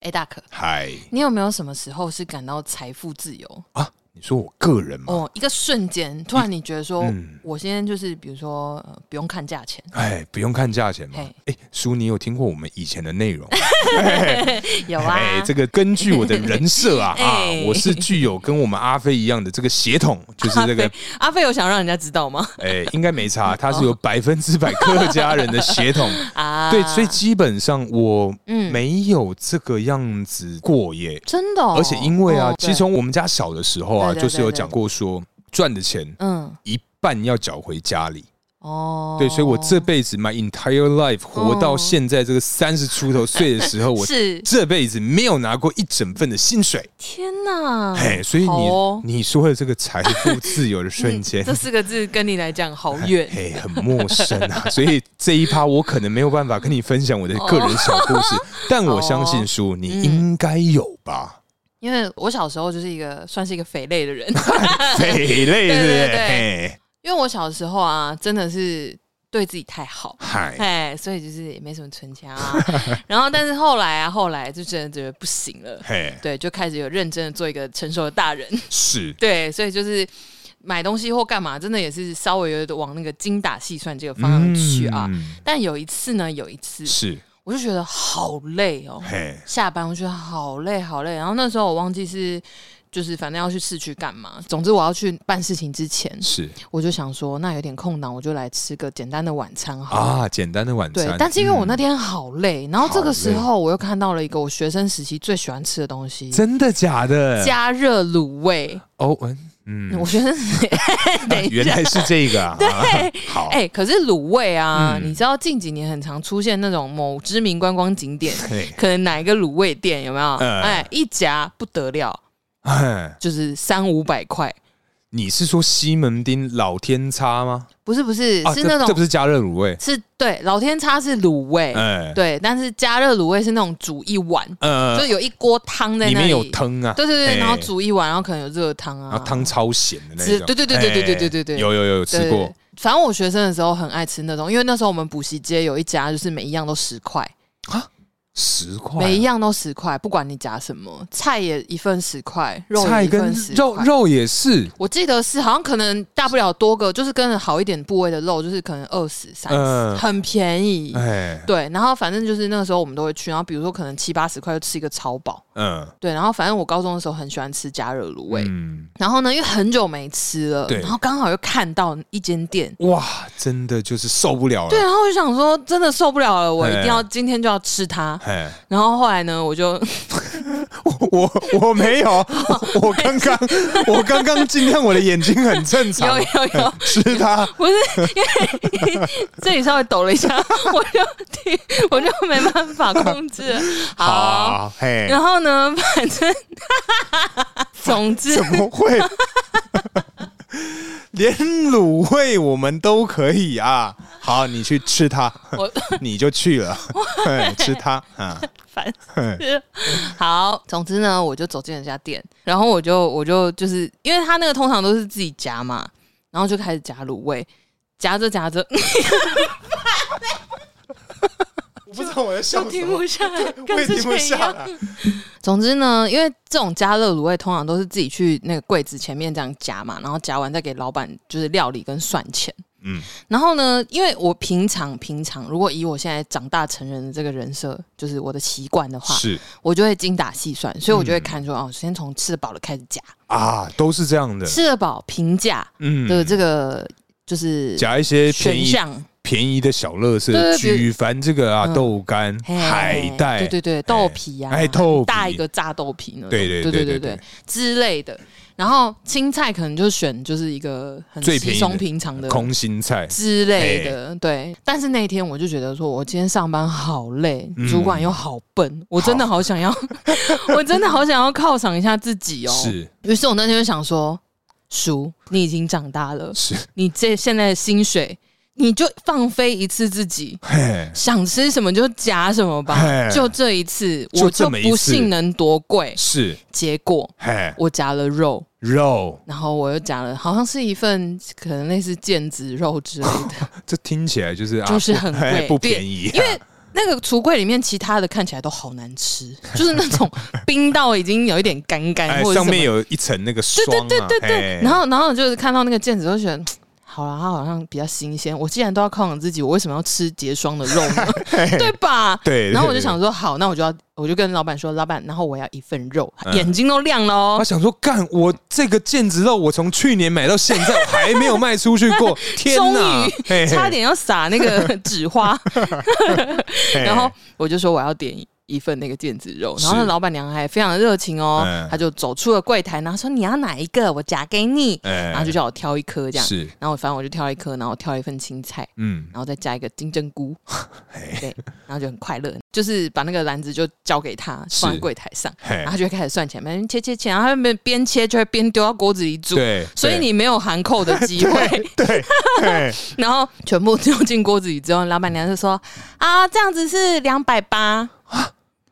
哎、大可，嗨你有没有什么时候是感到财富自由？啊，你说我个人吗？哦，一个瞬间，突然你觉得说，嗯我现在就是比如说、呃不用看价 钱，哎，不用看价钱嘛嘿。啊哎，叔，你有听过我们以前的 内容？有啊，哎，这个根据我的人设啊啊 哎，我是具有跟我们阿飞一样的这个 血统，就是这个阿飞有想让人家知道吗？哎，应该 没差，他是有百分之百客家人的血统。啊，对，所以基本上我嗯没有这个样子过耶。 真的哦、而且因为啊哦，其实从我们家小的时候啊，对对就是有对对讲过说赚的钱对嗯一半要缴回家里。哦，对，所以我这辈子 my entire life 活到现在这个三十出头岁的时候，我是这辈子没有拿过一整份的薪水。天哪，嘿，所以嗯好你哦你说的这个财富自由的瞬间嗯 这。四个字跟你来讲好远。嘿，很陌生啊， 所以这一趴我可能没有办法跟你分享我的个人小故 事，但我相信叔你应该有吧？因为我小时候就是一个算是一个肥类的人， 匪类对是哦不对是？对嘿，因为我小时候啊，真的是对自己太好，嗨，哎，所以就是也没什么存钱啊。然后，但是后来啊，后来就真的觉得不行了，嘿，对，就开始有认真的做一个成熟的大人， 是，对，所以就是买东西或干嘛，真的也是稍微有点往那个精打细算这个方向去啊。嗯但有一次呢，有一次是，我就觉得好累哦，嘿，下班我觉得好累好累，然后那时候我忘记是就是反正要去市区干嘛，总之我要去办事情之前，是我就想说那有点空档，我就来吃个简单的晚餐好了。啊，简单的晚对餐，，但是因为我那嗯天好累，然后这个时好候我又看到了一个我学生时期最喜欢吃的东西。真的假的？ 加热卤味，哦，嗯嗯，我学生等一原下，来是这 个啊！对， 好，哎、可是卤味啊，嗯你知道近几年很常出现那种某知名观光景点，嘿可能哪一个卤味店有没有？嗯哎、一夹不得了，哎，就是三五百块， 你是说西门町老天叉吗？不是不是，啊，是这那这不种是加热卤味？是对老天叉是卤味，哎，对，但是加热卤味是那种煮一碗，就呃，有一锅汤在里那面有里，汤啊，对对对，哎然后，煮一碗，然后可能有热汤啊，然后汤超咸的那是种。对对对对对对对对对哎有有有有对吃过。。反正我学生的时候很爱吃那种，因为那时候我们补习街有一家，就是每一样都十块，十块啊，每一样都十块，不管你夹什么，菜也一份十块，肉也菜一份跟十肉块。肉也是，我记得是好像可能大不了多个，就是跟好一点部位的肉，就是可能二十三十，嗯很便宜。哎，对，然后反正就是那个时候我们都会去，然后比如说可能七八十块就吃一个超饱。嗯，对，然后反正我高中的时候很喜欢吃加热卤味，嗯，然后呢，因为很久没吃了，对然后刚好又看到一间店，哇，真的就是受不了了。对，然后我就想说真的受不了了，我一定哎要今天就要吃它。哎，然后后来呢，我 就我我没 有，我我刚刚我刚刚尽量我的眼睛很正有，常有有，吃它。不是因为 这里稍微抖了一下， 我就听我就没办法控制 了。好，好，嘿，然后呢，反 正总之怎么会？ 连卤味我们都可以啊！好，你去吃它，我你就去了，嘿吃它啊！反嘿正好，总之呢，我就走进人家店，然后我就我就就是因为他那个通常都是自己夹嘛，然后就开始夹卤味，夹着夹着我不知道我在笑 就什停么不，下来，我跟也之停不前一下样。来。总之呢，因为这种加热卤味通常都是自己去那个柜子前面这样夹嘛，然后夹完再给老板就是料理跟算钱。嗯，然后呢，因为我平常平常如果以我现在长大成人的这个人设，就是我的习惯的话，是我就会精打细算，所以我就会看说、哦，先从吃得饱的开始夹，啊，都是这样的。吃得饱平价嗯的这个就是夹一些便选宜项，便宜的小乐对色，对比如举凡这个啊，嗯豆干、嘿海带，对对对，豆皮啊，哎豆皮大一个炸豆皮呢，对对对对对对对对对之类的。然后青菜可能就选就是一个很最便宜稀的松平常的空哎心菜，之类的，对。但是那一天我就觉得说，我今天上班好累，嗯主管又好笨，我真的好想要， 我真的好想要犒赏一下自己哦。是于是我那天就想说，叔，你已经长大了，是，你这现在的薪水，你就放飞一次自己，嘿，想吃什么就夹什么吧，嘿就这一次，就我这就么一次不信能多贵。是结果嘿，我夹了肉，肉，然后我又夹了，好像是一份可能类似腱子肉之类的， 这听起来就是啊就是很嘿贵不对便宜啊，因为那个橱柜里面其他的看起来都好难吃，就是那 种冰到已经有一点干干，哎，或者上什么面有一层那个对霜对啊，对对对哎，然后然后就是看到那个毽子，就觉得。好啦，它好像比较新鲜。我既然都要犒赏自己，我为什么要吃结霜的肉 呢？对吧？对，然后我就对对想说，好，那我就要，我就跟老板说，老板，然后我要一份肉，嗯眼睛都亮了他哦。想说，干我这个毽子肉，我从去年买到现在还没有卖出去 过，天哪！终嘿嘿差点要撒那个纸 花，嘿然后我就说我要点一份那个毽子肉，然后那是老板娘还非常热情哦嗯，她就走出了柜台，然后说你要哪一个，我夹给你，哎然后就叫我挑一颗这样，是然后反正我就挑一颗，然后挑一份青菜，嗯，然后再加一个金针菇， 嘿对，然后就很快乐，就是把那个篮子就交给他，是哎放在柜台上，嘿然后他就会开始算钱，反正切切切，然后他们边切就会边丢到锅子里煮。对，所以对你没有含扣的机会，对，嘿 然后全部丢进锅子里之后，老板娘就说：“啊，这样子是两百八，啊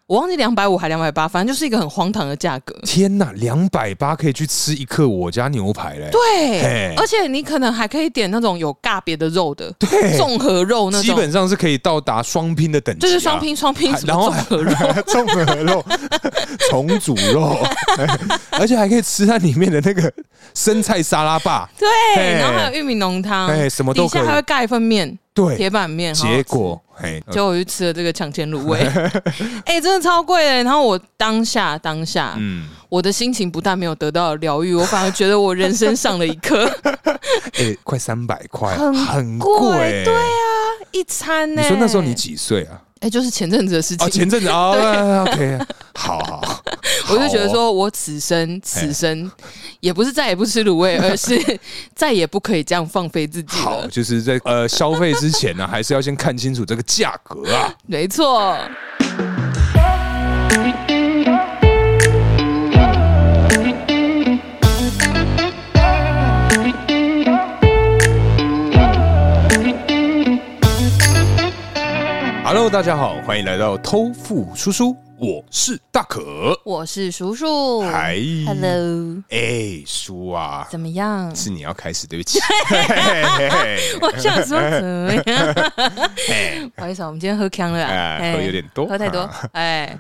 我忘记两百五还两百八，反正就是一个很荒唐的价格。天哪，两百八可以去吃一克我家牛排嘞，对嘿，而且你可能还可以点那种有尬别的肉的综合肉那基种，本上是可以到达双拼的等级、啊，就是双拼双拼还，什么然后综还合肉。 综合肉、重组肉， 而且还可以吃它里面的那个生菜沙拉吧。对，嘿然后还有玉米浓汤，哎什么都底下可以还会盖一份面，铁对，板面。好好结果哎，吃，结果我就吃了这个抢钱卤 味，哎、真的超贵的。然后我当下当下，嗯，我的心情不但没有得到疗愈，我反而觉得我人生上了一 课，哎，快三百块，很很贵贵。对啊，一餐呢、你说那时候你几岁啊？哎、就是前阵子的事情，哦，前阵子哦，OK，好好， 我就觉得好哦，说我此生此生也不是再也不吃卤味，而 是再也不可以这样放飞自己好，了。就是在呃消费之前呢，还是要先看清楚这个价格啊。没错， Hello，大家好，欢迎来到偷富叔叔，我是大可。我是叔叔嗨，Hello，哎、叔啊， 怎么样？是你要开始，对不起。 哎嘿嘿嘿嘿我想说怎么 样？嘿不好意思啊，我们今天喝呛了啊，哎喝有点多啊喝太多。哎，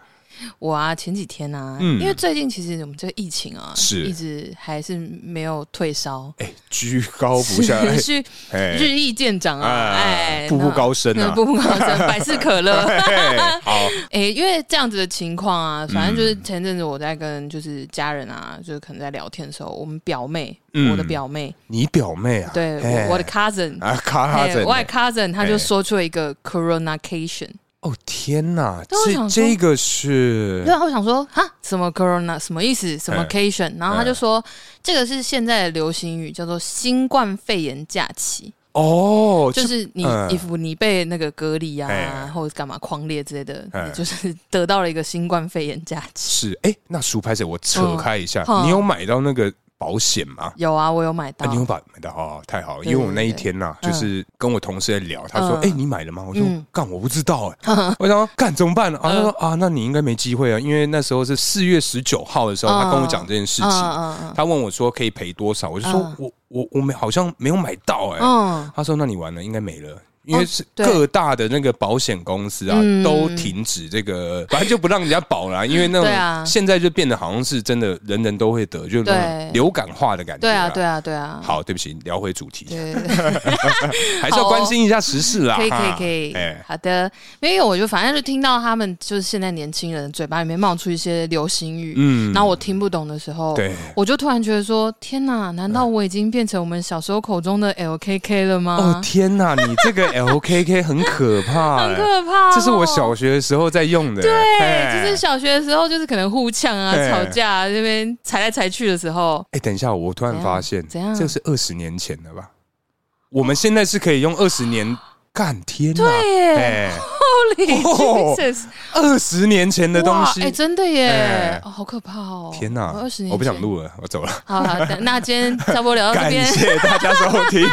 我啊，前几天啊，嗯因为最近其实我们这个疫情啊，是一直还是没有退烧，哎，居高 不下，持续哎日益见长啊，哎哎，，步步高升那嗯啊步！步高 升，百事可乐。嘿好，哎、因为这样子的情况啊，反正就是前阵子我在跟就是家人啊，就是可能在聊天的时候，我们表妹，嗯我的表妹，你表妹啊？对哎我我的 cousin，、啊，卡卡哎整我的 cousin，她就哎说出了一个 coronacation，哦天哪，对我这想说这个是对啊，我想说哈，什么 corona 什么意思？什么哎 cation？、然后他就说、这个是现在的流行语，叫做新冠肺炎假期，哦，就是你嗯 if 你被那个隔离啊，哎或者干嘛狂烈之类的，哎你就是得到了一个新冠肺炎假期。是哎，那叔拍谁？我扯开一下嗯，你有买到那个保险吗？有啊，我有买到。啊，你有把买到哦，太好了！对因为我那一天呐，对对就是跟我同事在聊，他说：“嗯哎，你买了吗？”我说嗯：“干，我不知道。” 哎，我想说干怎么办啊？他说：“啊，那你应该没机会啊，因为那时候是四月十九号的时候，嗯他跟我讲这件事情，嗯他问我说可以赔多少，我就说嗯我我我没好像没有买到哎。嗯，哦他说：“那你完了，应该没了。”因为是对各大的那个保险公司啊，嗯都停止这个，反正就不让人家 保了啊、因为那对啊种现在就变得好像是真的，人人都会得，就那对种流感化的感觉对啦。啊，对啊，对啊。，哎好，对不起，聊回主题，对，还是要关心一下时事啦。可以，可以哈，可以哎。好的，因为我就反正就听到他们就是现在年轻人嘴巴里面冒出一些流行语，嗯然后我听不懂的时候，对，我就突然觉得说，天哪，难道我已经变成我们小时候口中的 LKK 了哦吗？天哪，你 这个 LKK 很可怕，很可怕哦，这是我小学的时候在用的，对，哎就是小学的时候，就是可能互呛啊、哎吵架啊，这边踩来踩去的时候，哎，等一下，我突然发现，怎样怎样这是二十年前的吧？我们现在是可以用二十年 干天哪，哦对耶哎， Holy 哦 Jesus！二十年前的东哇，哎、西，真的耶、哎哦，好可怕哦！天哪我二十年，我不想前。录了，我走了，好好的，那今天差不多聊到这 感边。谢大家收听，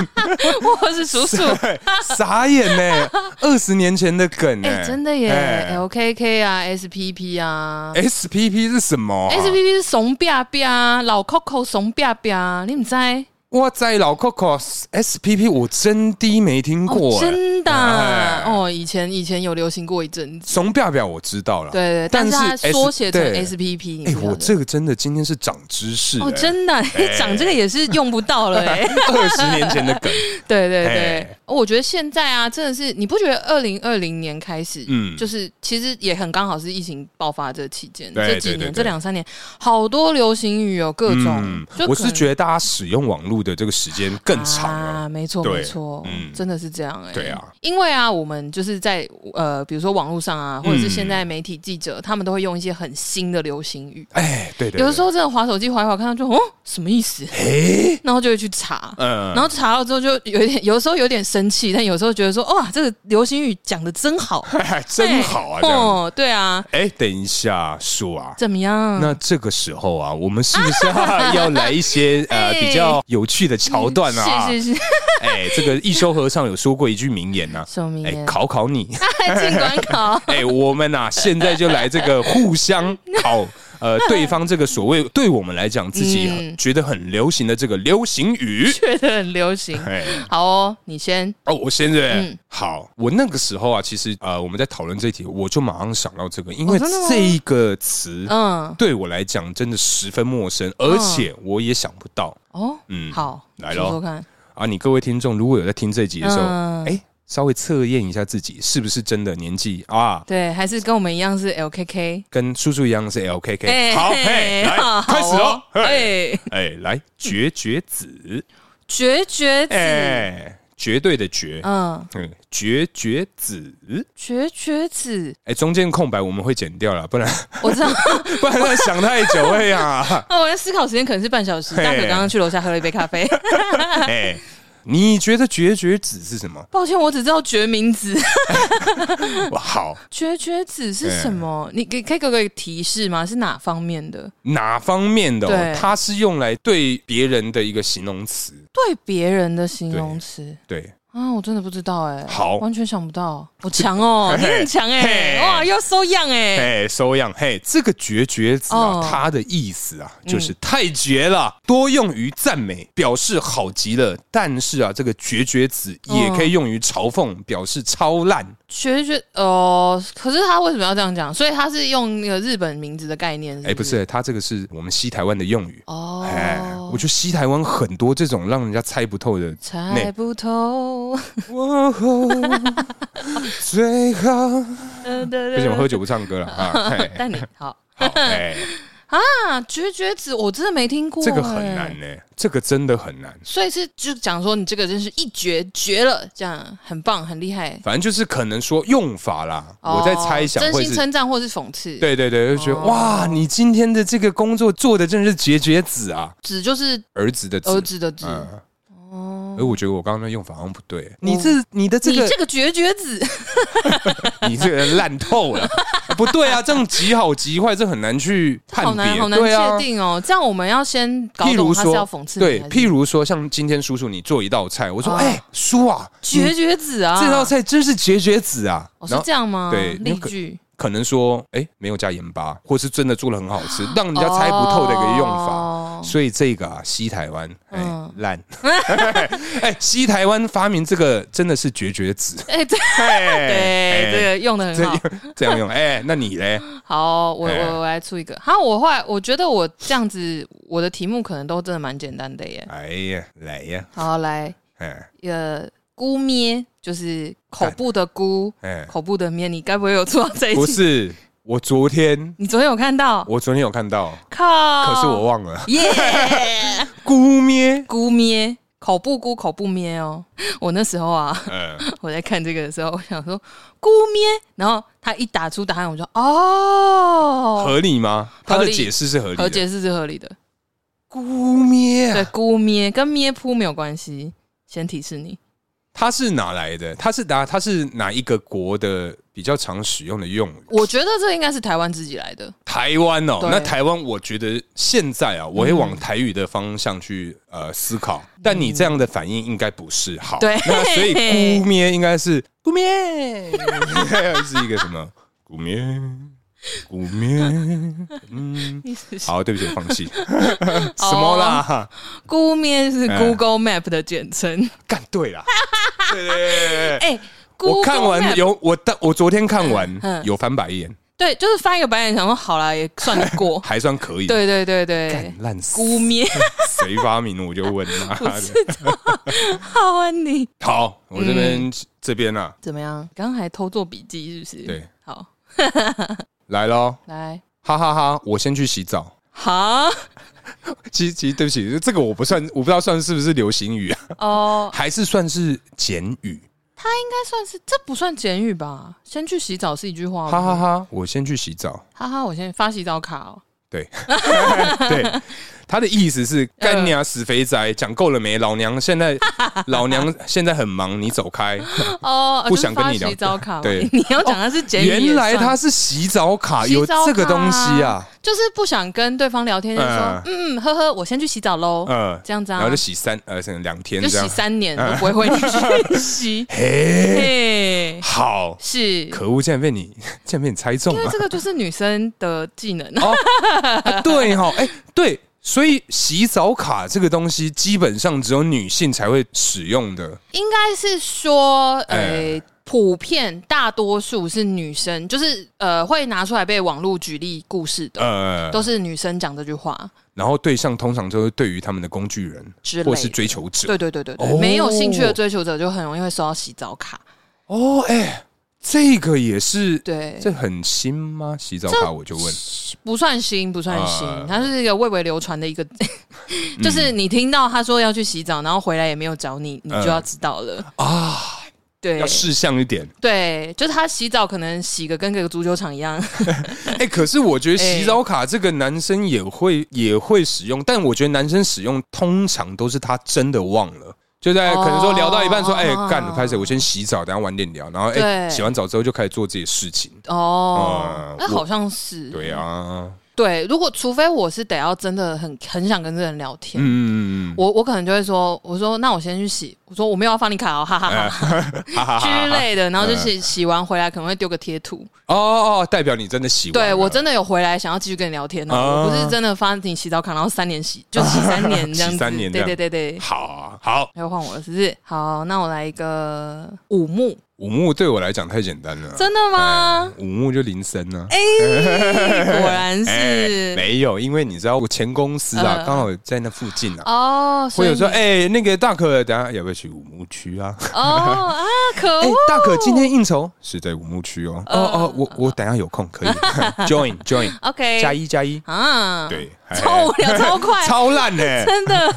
我是叔叔，对傻眼呢，二十年前的梗哎、呢，真的耶、哎 l k k 啊，SPP 啊。 SPP 是什么啊、 SPP 是怂彪彪，老 Coco 怂彪彪，你唔知？哇塞，老 Coco SPP 我真的没听过、哦欸，真的啊哎哦，以前以前有流行过一阵子，怂表表我知道了，对对，啊但是它是 S- 缩写成对 SPP，你哎、知道我的这个真的今天是长知识、哎哦，真的，你 讲这个也是用不到了 哎。二十年前 的梗，对对对哎，我觉得现在啊，真的是你不觉得二零二零年开始，嗯就是其实也很刚好是疫情爆发这期间，对这几对对年对这两三年，好多流行语哦，各种嗯，就，我可是能觉得大家使用网络的这个时间更长了，啊，没错对没错，嗯真的是这样哎、对啊，因为啊，我们就是在呃，比如说网络上嗯啊，或者是现在媒体记者，他们都会用一些很新的流行语。哎、对对对，有的时候真的滑手机滑一滑，看到就哦什么意思， 哎，然后就会去查，嗯然后查了之后就有一点，有时候有点生气，但有时候觉得说哦哇，这个流行语讲的真好，后 真 好啊，这样子。哦，对啊，哎、等一下，叔啊。怎么样？那这个时候啊，我们是 不是要来一些呃哎嗯比较有趣的桥段 啊？是是是，哎，这个一休和尚有说过一句名言呐，什么 名哎，言？考考你， 进管考哎，我们呐现在就来这个互相 考，呃，对方这个所谓对我们来讲自己很嗯觉得很流行的这个流行语，觉得很流 行。哎，好哦，你先。哦，我先对不对嗯好，我那个时候啊，其实呃，我们在讨论这一题，我就马上想到这个，因为哦真的吗这一个词嗯，对我来讲真的十分陌生，而且我也想不到。哦，嗯，嗯好，来说咯说看，啊，你各位听众如果有在听这集的时候，嗯哎、稍微测验一下自己是不是真的年纪啊，对，还是跟我们一样是 LKK。跟叔叔一样是 LKK。哎好，嘿嘿，来好开始哦喽。嘿哎，哎，来绝绝子，绝绝子，哎，绝对的绝，嗯，嗯，绝绝子。绝绝子，哎，中间空白我们会剪掉了，不然我知道， 不然再想太久会啊。我的思考时间可能是半小时。嘿大可刚刚去楼下喝了一杯咖啡， 哎，你觉得绝绝子是什么？抱歉，我只知道决明 子。哇，好，绝绝子是什么？你给可以给我个提示吗？是哪方面的？哪方面的、对哦？它是用来对别人的一个形容词。对别人的形容词对，啊，我真的不知道哎，好完全想不到。我强哦，你很强哎， 嘿哇，又收样哎，哎，收养，嘿，这个绝绝子啊，哦嗯它的意思啊，就是太绝了，多用于赞美，表示好极了。但是啊，这个绝绝子哦也可以用于嘲讽，表示超烂。绝绝哦、可是他为什么要这样讲？所以他是用那个日本名字的概念是哎，不是是，它这个是我们西台湾的用语。哎，哦我，觉得西台湾很多这种让人家猜不 透的猜不透。我后最好，不 不行，我 喝酒不唱歌了啊！嘿但你好好，哎，啊，绝绝子我真的没听过、这个很哎难。呢，这个真的很难。所以是就讲说你这个真是一绝绝了，这样很棒很厉害。反正就是可能说用法啦，我在猜想哦真会心是。称赞或是讽刺。，对对对，就觉得、哦哇，你今天的这个工作做的真的是绝绝子啊，子就是儿子的子，儿子的子。嗯，哦而，我觉得我刚刚那用法好像不对，你这你的这你个这个绝绝子， 你这个人烂透 了，不对啊，这种极好极坏，这很难去判好别，难好难对啊界。定哦。这样我们要先搞譬懂如他是要说讽，刺你对，还是譬如嗯说，像今天叔叔你做一道菜，我说，哦哎、叔啊，绝绝子啊，你这道菜真是绝绝子啊！哦，是然后这样吗？对例那个句可能说，哎、没有加盐巴，或是真的做的很好吃，让人家猜不透的一个用法。哦所以这个啊，西台湾，哎、嗯烂， 哎、西台湾发明这个真的是绝 绝子，哎、对 对，哎这个用的这很好。样这样用，哎、那你嘞？ 好，我哎我我来出一个。好，我后来我觉得我这样子，我的题目可能都真的蛮简单的耶。哎呀，来呀，好，来，哎呃，姑咩就是口部的姑，哎，口部的咩，你该不会有做到这一不题？是，我昨天你昨天有看到？我昨天有看哦到，靠！可是我忘了，耶， 姑咩，姑咩，口部姑，口部咩哦。我那时候啊，嗯、我在看这个的时候，我想说姑咩，然后他一打出答案，我就哦，合理吗？他合的理解释是合理和的，解释是合理的。姑咩、对啊，，姑咩跟咩扑没有关系，先提示你。它是哪来的？它是哪？它是哪一个国的比较常使用的用语？我觉得这应该是台湾自己来的，台湾哦，对嗯那台湾，我觉得现在啊，我会往台语的方向去呃思考，但你这样的反应应该不是好，对那所以 姑咩应该是姑咩，是一个什么姑咩？鼓面，嗯，你是好，对不起，我放 弃。什么哦啦？估面是哎 Google Map 的简称。干 对啦，对对对对对。哎、g o o g l 我看完 Map, 有我当我昨天看完嗯有翻白眼，对，就是翻一个白眼，想说好啦，也算你 过。还算可以。对对对对干，烂死，估面 谁发明的我就问妈不的。知道，好啊你好，我这嗯边这边啊，怎么样？刚刚还偷做笔记是不是？对，好，来喽，来，哈哈哈！我先去洗澡。 好其实，其实对不起，这个我不算，我不知道算是不是流行语啊， 哦，还是算是简语。应该算是这不算简语吧？先去洗澡是一句话吗？哈哈哈！我先去洗澡。哈哈，我先发洗澡卡哦。对，对，他的意 思嗯是干娘死肥宅，讲够了没？老娘现在，老娘现在很忙，你走开。哦，不想跟你就是发聊洗澡卡嘛。哦 对哦你要讲的是 简语也算，原来他是洗澡卡，洗有澡这个卡东西啊。就是不想跟对方聊天，就说嗯嗯嗯呵呵，我先去洗澡喽，嗯，这样子啊，然后就洗三呃，可能两天就这洗样。，三年都不会回你讯息 嘿，嘿，好，是，可恶，竟啊然被你，竟然被你猜中因为了。这个就是女生的技 能，啊， 对哈、哎、对，所以洗澡卡这个东西基本上只有女性才会使用的，应该是说，呃哎，普遍大多数是女生，就是呃会拿出来被网络举例故事的，呃，都是女生讲这句话，然后对象通常就是对于他们的工具人之类的或是追求者。对对对对对，哦没有兴趣的追求者就很容易会收到洗澡卡，哦，哎、这个也是，对，这很新吗？洗澡卡我就问，不算新，不算新啊，嗯它是一个蔚为流传的一 个，就是你听到他说要去洗澡，然后回来也没有找你，你就要知道了啊。对要事项一点。对，就是他洗澡可能洗个跟个足球场一 样，哎、可是我觉得哎洗澡卡这个男生也会也会使用，但我觉得男生使用通常都是他真的忘了。就在哦可能说聊到一半说，哎、哦干，拍谁？我先洗澡，等一下晚点聊。然后，哎、对洗完澡之后就开始做自己的事情。哦啊，那我好像是对啊，对。如果除非我是得要真的很很想跟这个人聊天，嗯，我我可能就会说，我说那我先去洗，我说我没有要发你卡哦，哈哈哈哈哈哈哈哈之类的，然后就洗洗完回来可能会丢个贴图，哦哦，哦代表你真的洗完了。对我真的有回来想要继续跟你聊天哦，啊我不是真的发你洗澡卡，然后三年洗就洗三年这样子，洗三年对这样对对对。好啊好。要换我了，是不是？好，那我来一个五幕，五木对我来讲太简单了，真的吗？五木就铃声呢。哎、果然哎是、没有，因为你知道我前公司啊，嗯刚好在那附近啊，哦，所会以有说，你哎，那个大可，等一下要不要去五木区啊？哦啊，可哎恶，，大可今天应酬是在五木区哦。哦哦，我我等一下有空可以 join join ，OK，加一加一，哎啊，，对，超无哎聊，超快，超烂欸 呢。真的，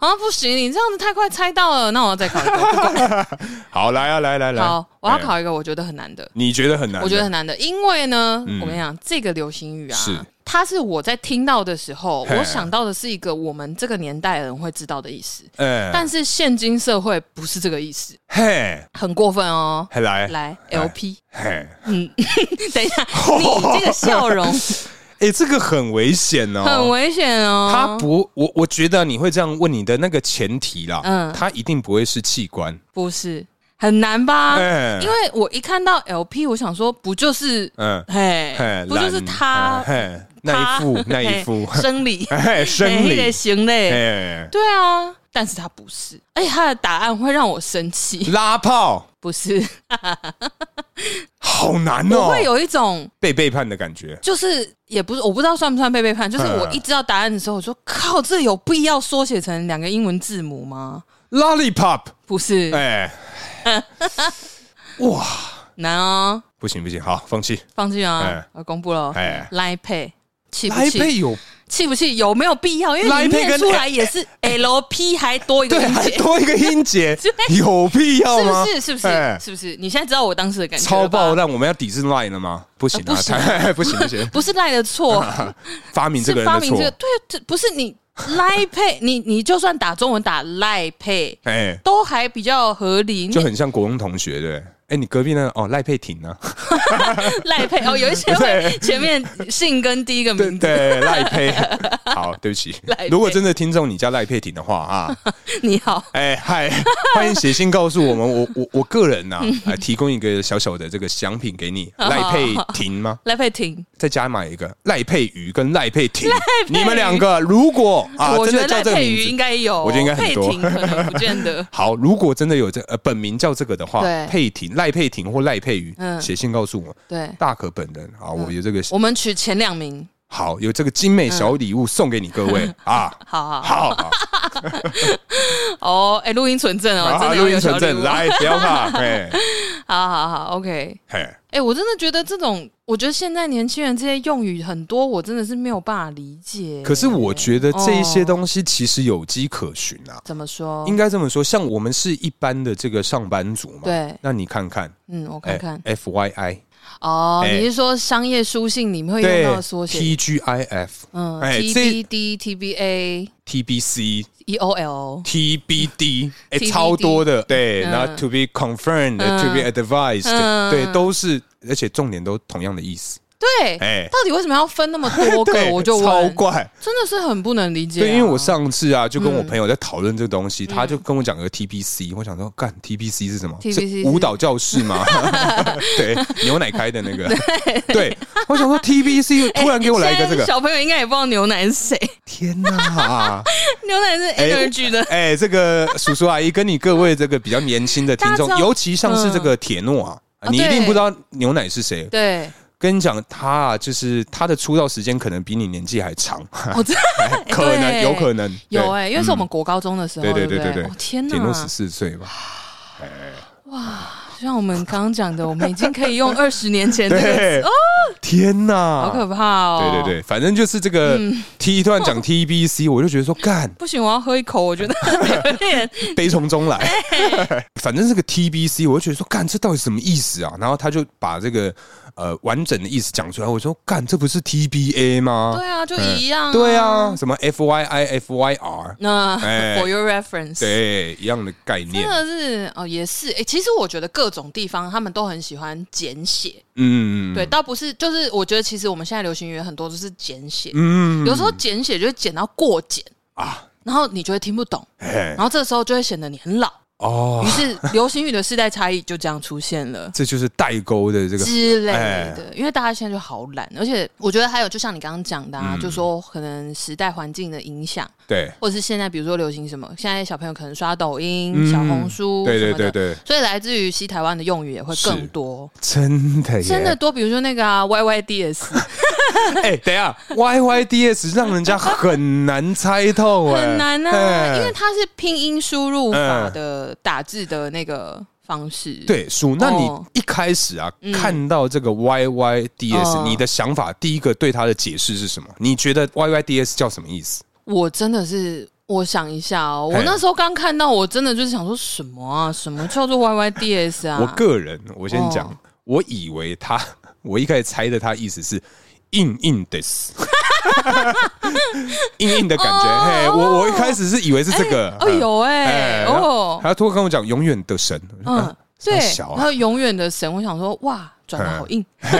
啊，不行，你这样子太快猜到了，那我要再考一个。好，来啊，来来来，好，我要哎，考一个我觉得很难的，你觉得很难？啊我觉得很难的，因为呢，嗯我跟你讲，这个流行语啊，是它是我在听到的时候，嘿我想到的是一个我们这个年代人会知道的意思，哎，但是现今社会不是这个意思，嘿，很过分哦。嘿来来哎，LP，嘿。 等 一下，你这个笑容哎、这个很危险哦，很危险哦。他不，我我觉得你会这样问你的那个前提啦，嗯嗯，他一定不会是器官，不是很难吧？哎因为我一看到 LP，我想说，不就是嗯，嘿嘿，，不就是懒哎他嘿，那一副他那一副，嘿生理 嘿，生嘿那个理，行嘞，哎，对啊，但是他不是，而且他的答案会让我生气，拉炮，不是，好难我哦，会有一种被背叛的感觉，就是也不是，我不知道算不算被背叛，就是嗯我一知道答案的时候，我说靠，这有必要缩写成两个英文字母吗？ ，lollipop，不是，哎， 哇，难哦，不行不行，好，放弃，放弃啊哎，我公布了哎， ，Line Pay。气不来气？配有气不气？有没有必要？因为 Line 你 Pay 念跟哎出来也是 L P 还多一个对，音还节，多一个音 节，有必要是吗？不是？是不哎是？是不是？你现在知道我当时的感觉超了吧爆烂，我们要抵制 Line 了吗？不行呃啊，不行太 不行不行，不是赖的 错，发明这个是人发的明这个错。对，这不是你赖配， 你你就算打中文打赖配，哎，都还比较合理。就你很像国中同学，对不对哎，你隔壁那个哦赖佩婷呢？赖 配哦，有一些会前面姓跟第一个对名字，对，赖 佩。好，对不起赖佩，如果真的听众你叫赖佩婷的话啊，你好，哎嗨， 欢迎写信告诉我们，我我我个 人呐、啊，提供一个小小的这个奖品给你，好赖佩婷吗？赖佩婷，再加买一个赖佩瑜跟赖佩婷，你们两个 如果啊，我真觉的得叫赖这个佩瑜应名字。该有，我觉得应该很佩多。婷可能不见得 好，如果真的有这呃本名叫这个的话对，佩婷、赖佩婷或赖佩瑜，嗯写信告诉我，对，大可本人啊，我有这个我们取前两名，好有这个精美小礼物送给你 各位啊，好好好好， 好哦，哎，录音存证哦，真好的啊录要音有小存礼证，物，来不要怕，哎好好好，OK。嘿，哎，我真的觉得这种，我觉得现在年轻人这些用语很多，我真的是没有办法理解。可是我觉得这一些东西其实有迹可循啊，怎么说？应该这么说，像我们是一般的这个上班族嘛，对，那你看看，哎嗯，我看看， f Y I，哦，哎你是说商业书信里面会用对到的缩写？ ，T G I F，嗯哎，T 这 B D T B A T B C。 E O L， T B D，哎， TBD 超多的，对，嗯然后 To be confirmed，To be 嗯 advised，嗯对，都是，而且重点都同样的意思，对，哎，到底为什么要分那么多个？ 对我就超问，怪，真的是很不能理解啊。对，因为我上次啊，就跟嗯我朋友在讨论这个东西，他就跟我讲个 TBC，我想说，干 TBC 是什么？ TBC 是舞蹈教 室吗？ 对，牛奶开的那个。对，我想说 TBC 哎突然给我来一个这现在个，小朋友应该也不知道牛奶是谁， 天哪！牛奶是 energy 的，哎，这个叔叔阿姨跟你各位这个比较年轻的听众大家，知道尤其像是这个铁诺啊。啊你一定对不知道牛奶是谁， 对，跟你讲，他啊，就是他的出道时间可能比你年纪还长，我哦真的哎可能有可能哎有对嗯哎，因为是我们国高中的时候，对对对对不对对哦天铁诺哪！十四岁吧，就像我们刚刚讲的，我们已经可以用二十年前的， 对，天哪，Oh. 好可怕哦！嗯对对对，反正就是这个 T 突然讲 TBC，我就觉得说 干不行，我要喝一口，我觉得 有点悲从中来。哎 反正这个 TBC，我就觉得说干这到底什么意思啊？然后他就把这个呃完整的意思讲出来，我说干这不是 TBA 吗对？啊，就一样、对啊，，什么 FYI FYR，那、哎 for your reference，，对，一样的概真念。的是哦，也是。哎、其实我觉得各种地方他们都很喜欢简写，嗯，对，，倒不是就是我觉得其实我们现在流行语言很多都是简写，嗯有时候简写就会简到过简啊，然后你就会听不懂，哎然后这时候就会显得你很老。哦于， 是流行语的世代差异就这样出现了。这就是代沟的这个之类哎的，因为大家现在就好懒，而且我觉得还有，就像你刚刚讲的、啊，嗯就说可能时代环境的影响，对，或者是现在比如说流行什么，现在小朋友可能刷抖音、嗯小红书对什对么的对对，所以来自于西台湾的用语也会更多，真的耶真的多。比如说那个啊，Y Y D S 哎、等一下，Y Y D S 让人家很难猜透、哎，很难啊，哎因为它是拼音输入法的打字的那个方式。，对叔，那你哦一开始啊、看到这个 Y Y D S，、哦你的想法第一个对它的解释是什么？你觉得 Y Y D S 叫什么意思？我真的是。我想一下哦，我嘿那时候刚看到，我真的就是想说什么啊？什么叫做 Y Y D S 啊？ 我个人，我先讲，哦我以为他， 我一开始猜的他意思是硬硬的， 硬硬的感觉。哦嘿，我我一开始是以为是这个，哎呦哎哎，哦，他突然跟我讲永远的神，嗯嗯，，对这么，小啊然后永远的神，我想说哇，转的好硬。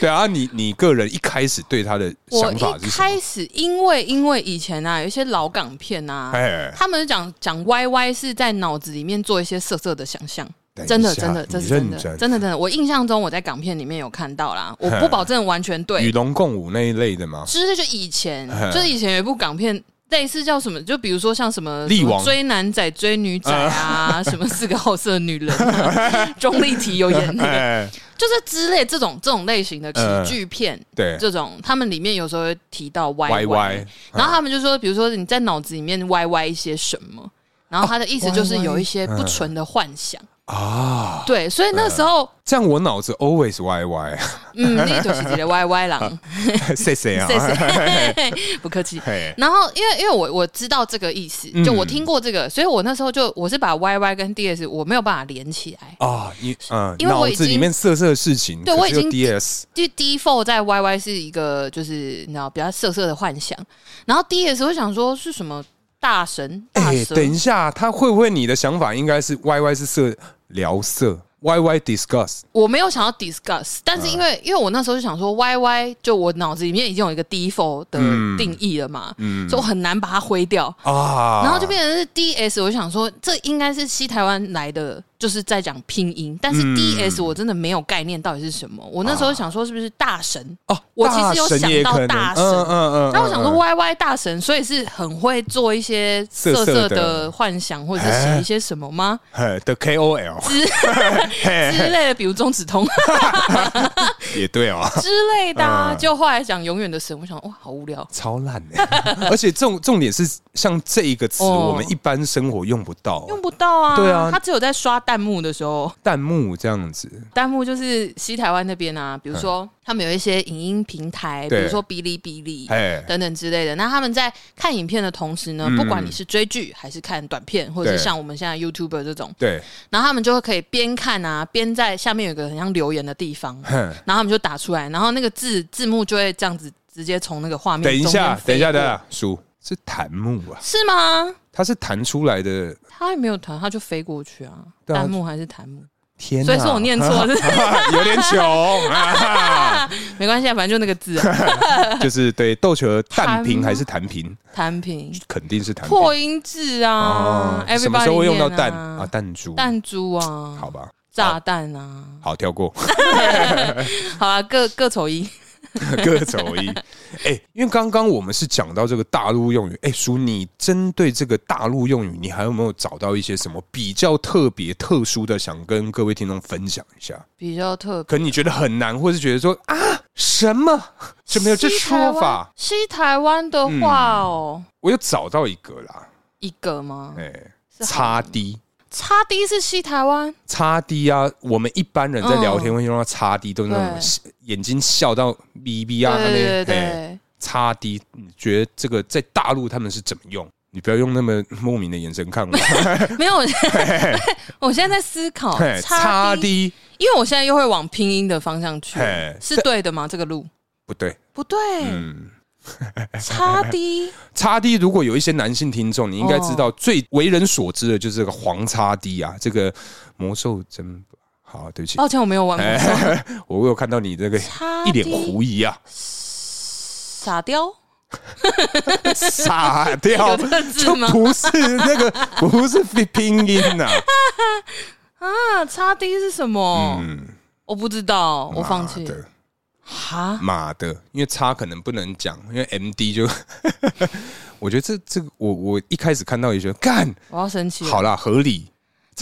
对啊，你你个人一开始对他的我想法一是什么？开始因为因为以前啊，有一些老港片啊，哎，他们讲讲歪歪是在脑子里面做一些色色的想象等一。真的，下真的，这你是真的，认真哎真的，真的。我印象中，我在港片里面有看到啦，我不哼保证完全对与，龙共舞那一类的吗？之类就以前哼，就是以前有一部港片，类似叫什么，就比如说像什么力什么王哎追男仔、追女仔啊，什么四个好色女人、 啊，钟丽缇有演那个，哎，就是之类这种这种类型的喜剧片，对这种他们里面有时候会提到，Y 歪 Y，歪，然后他们就说，比如说你在脑子里面歪歪一些什么。然后他的意思就是有一些不纯的幻想，啊，对，所以那时候，这样我脑子 always Y Y， 嗯，那就是这个歪歪狼，谢谢啊谢，谢， 不客气。嘿，然后，因为因为我我知道这个意思，就我听过这个，所以我那时候就我是把 Y Y 跟 D S 我没有办法连起来，啊，你嗯，因为脑我已子里经面色色的事情，对可我是已又经 DS 就 D Four 在 Y Y 是一个就是你知道比较色色的幻想，然后 D S 我想说是什么大神大哎，蛇、等一下，他会不会你的想法应该是 Y Y 是色聊色 Y Y discuss，我没有想要 discuss，但是嗯因为、因为我那时候就想说，Y Y 就我脑子里面已经有一个 default 的嗯定义了嘛，嗯所以我很难把它挥掉。啊，然后就变成是 D S，我就想说这应该是西台湾来的，就是在讲拼音，但是嗯啊 D S 我真的没有概念到底是什么。我那时候想说是不是大神，哦，我其实有大神想也到可能大神嗯嗯嗯，然后我想说嗯 Y Y 大神，所以是很会做一些色色色色的的幻想，或者是哎写一些什么吗嘿的 K O L 哎之类的，比如中指通 也对哦，之类的、啊。嗯就后来讲永远的神，我想哇，好无聊。超烂 的，而且重重点是像这一个词，哦我们一般生活用不到，用不到啊，对啊他只有在刷弹幕的时候，弹幕这样子，弹幕就是西台湾那边啊，比如说他们有一些影音平台，比哎对如说哔哩哔哩，哎，等等之类的。那他们在看影片的同时呢，嗯不管你是追剧还是看短片，或者是对像我们现在 YouTuber 这种， 对，然后他们就会可以边看啊，边在下面有个很像留言的地方， 哼然后他们就打出来，然后那个字字幕就会这样子直接从那个画面等一中间下，飞等一下，过等一，下，叔是弹幕啊，是吗？它是弹出来的，他也没有弹，他就飞过去啊，对啊弹幕还是弹幕，天哪，所啊以说我念错 了有点 穷啊，没关系，啊，反正就那个字、 啊，就是对斗球的弹弹屏吗还是弹屏，弹屏肯定是弹屏破音字啊哦， everybody 什么时候会用到弹念啊啊？弹珠，弹珠啊，好吧，炸弹啊，好跳过。好啊，各各丑一， 各走 一。哎、因为刚刚我们是讲到这个大陆用语，哎、叔，你针对这个大陆用语，你还有没有找到一些什么比较特别、特殊的，想跟各位听众分享一下？比较特别。可能你觉得很难，或是觉得说啊，什么就没有这说法？西台湾的话哦，我有找到一个啦，一个吗？哎、是擦低。差 D 是西台湾，擦低啊！我们一般人在聊天嗯会用到擦低，都是那种眼睛笑到哔哔对啊，那对对边哎对，差低，你觉得这个在大陆他们是怎么用？你不要用那么莫名的眼神看我。没有，我 现在我现在在思考 哎嘿差 D，低因为我现在又会往拼音的方向去嘿，是对的吗？这个路不对，不对，嗯，差 D 差低。如果有一些男性听众，你应该知道最为人所知的就是这个黄差低啊，这个魔兽争霸。好，对不起，抱歉，我没有玩过。我有看到你这个差 D 一脸狐 疑啊，傻雕，傻掉有这个字就吗？不是那个不是拼音呐、啊，差 D 是什啊，么？嗯，我不知道， 我放弃妈。的哈，马的，因为叉可能不能讲，因为 M D 就， 我觉得这这个我我一开始看到也觉得干我要生气了。好啦，合理。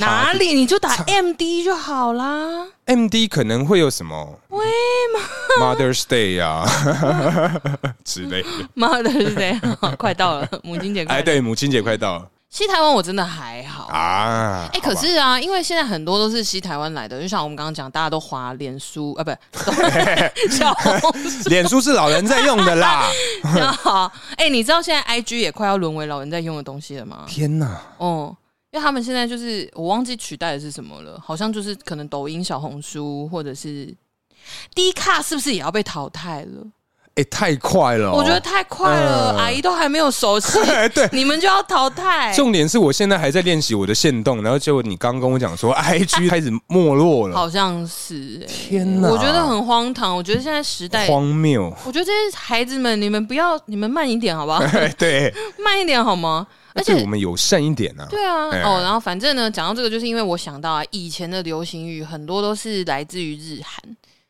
哪里你就打 M D 就好啦。 M D 可能会有什么？喂，Mother's Day 啊 之类 的。妈的，是这样， 快到了 母亲节快哎，乐。对，母亲节快到了西台湾我真的还好。啊！哎、好可吧是啊，因为现在很多都是西台湾来的，就像我们刚刚讲，大家都滑脸书 啊，不， 小 红书。脸书是老人在用 的啦。哎、你知道现在 I G 也快要沦为老人在用的东西了吗？天哪，哦、因为他们现在就是我忘记取代的是什么了，好像就是可能抖音、小红书或者是。D 卡是不是也要被淘汰了？哎，太快了哦！我觉得太快了，嗯哎阿姨都还没有熟 悉，对你们就要淘汰。重点 是我啊现在还在练习我的线动，然后结果你刚跟我讲说哎 I G 开始没落了，好像是、欸，天哪我觉得很荒唐。我觉得现在时代，荒谬。 我觉得这些孩子们，你们不要，你们慢一点好不好？对，慢一点好吗？而哎对且我。们友善一点啊。对啊，哎哦，然后反正呢，讲到这个，就是因为我想到啊，以前的流行语很多都是来自于日韩，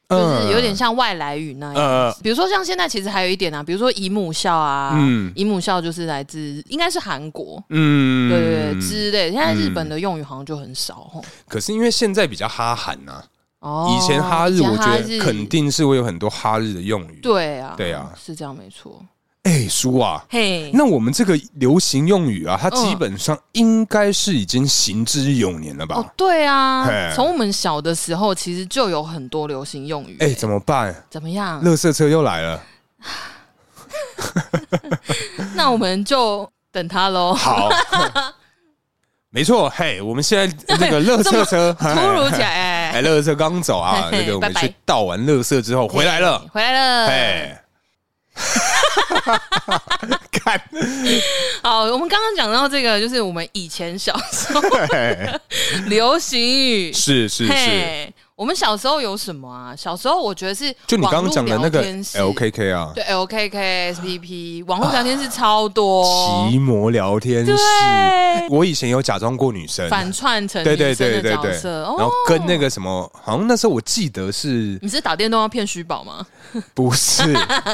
嗯就是有点像外来语那样。呃，比如说像现在其实还有一点啊，比如说姨母笑啊，嗯姨母笑就是来自应该是韩国，嗯，对对对之类的。现在日本的用语好像就很少吼可是因为现在比较哈韩呐、哦，以前哈以日前我觉哈得日肯定是会有很多哈日的用语。，对啊，对啊是这样没错。哎、叔啊，嘿，那我们这个流行用语啊，它嗯基本上应该是已经行之有年了吧？哦，对啊，嘿从我们小的时候其实就有很多流行用语。欸哎、怎么办？怎么样？垃圾车又来了。那我们就等他喽。 好，没错，嘿，我们现在那个垃圾车突如其来，哎，哎垃圾车刚走啊，嘿嘿那个我们拜拜去倒完垃圾之后回来了。哎哎回 来了。哎，看，好，我们刚刚讲到这个，就是我们以前小时候嘿流行语， 是是是，嘿，我们小时候有什么啊？小时候我觉得是就你刚刚讲的那网络个聊天室 LKK 啊，对 LKK、SPP 网络聊天室超多，奇啊摩聊天室，对，我以前有假装过女生，反串成对对女生对的对角对，色然后哦，跟那个什么，好像那时候我记得是你是打电动要骗虚宝吗？不 是，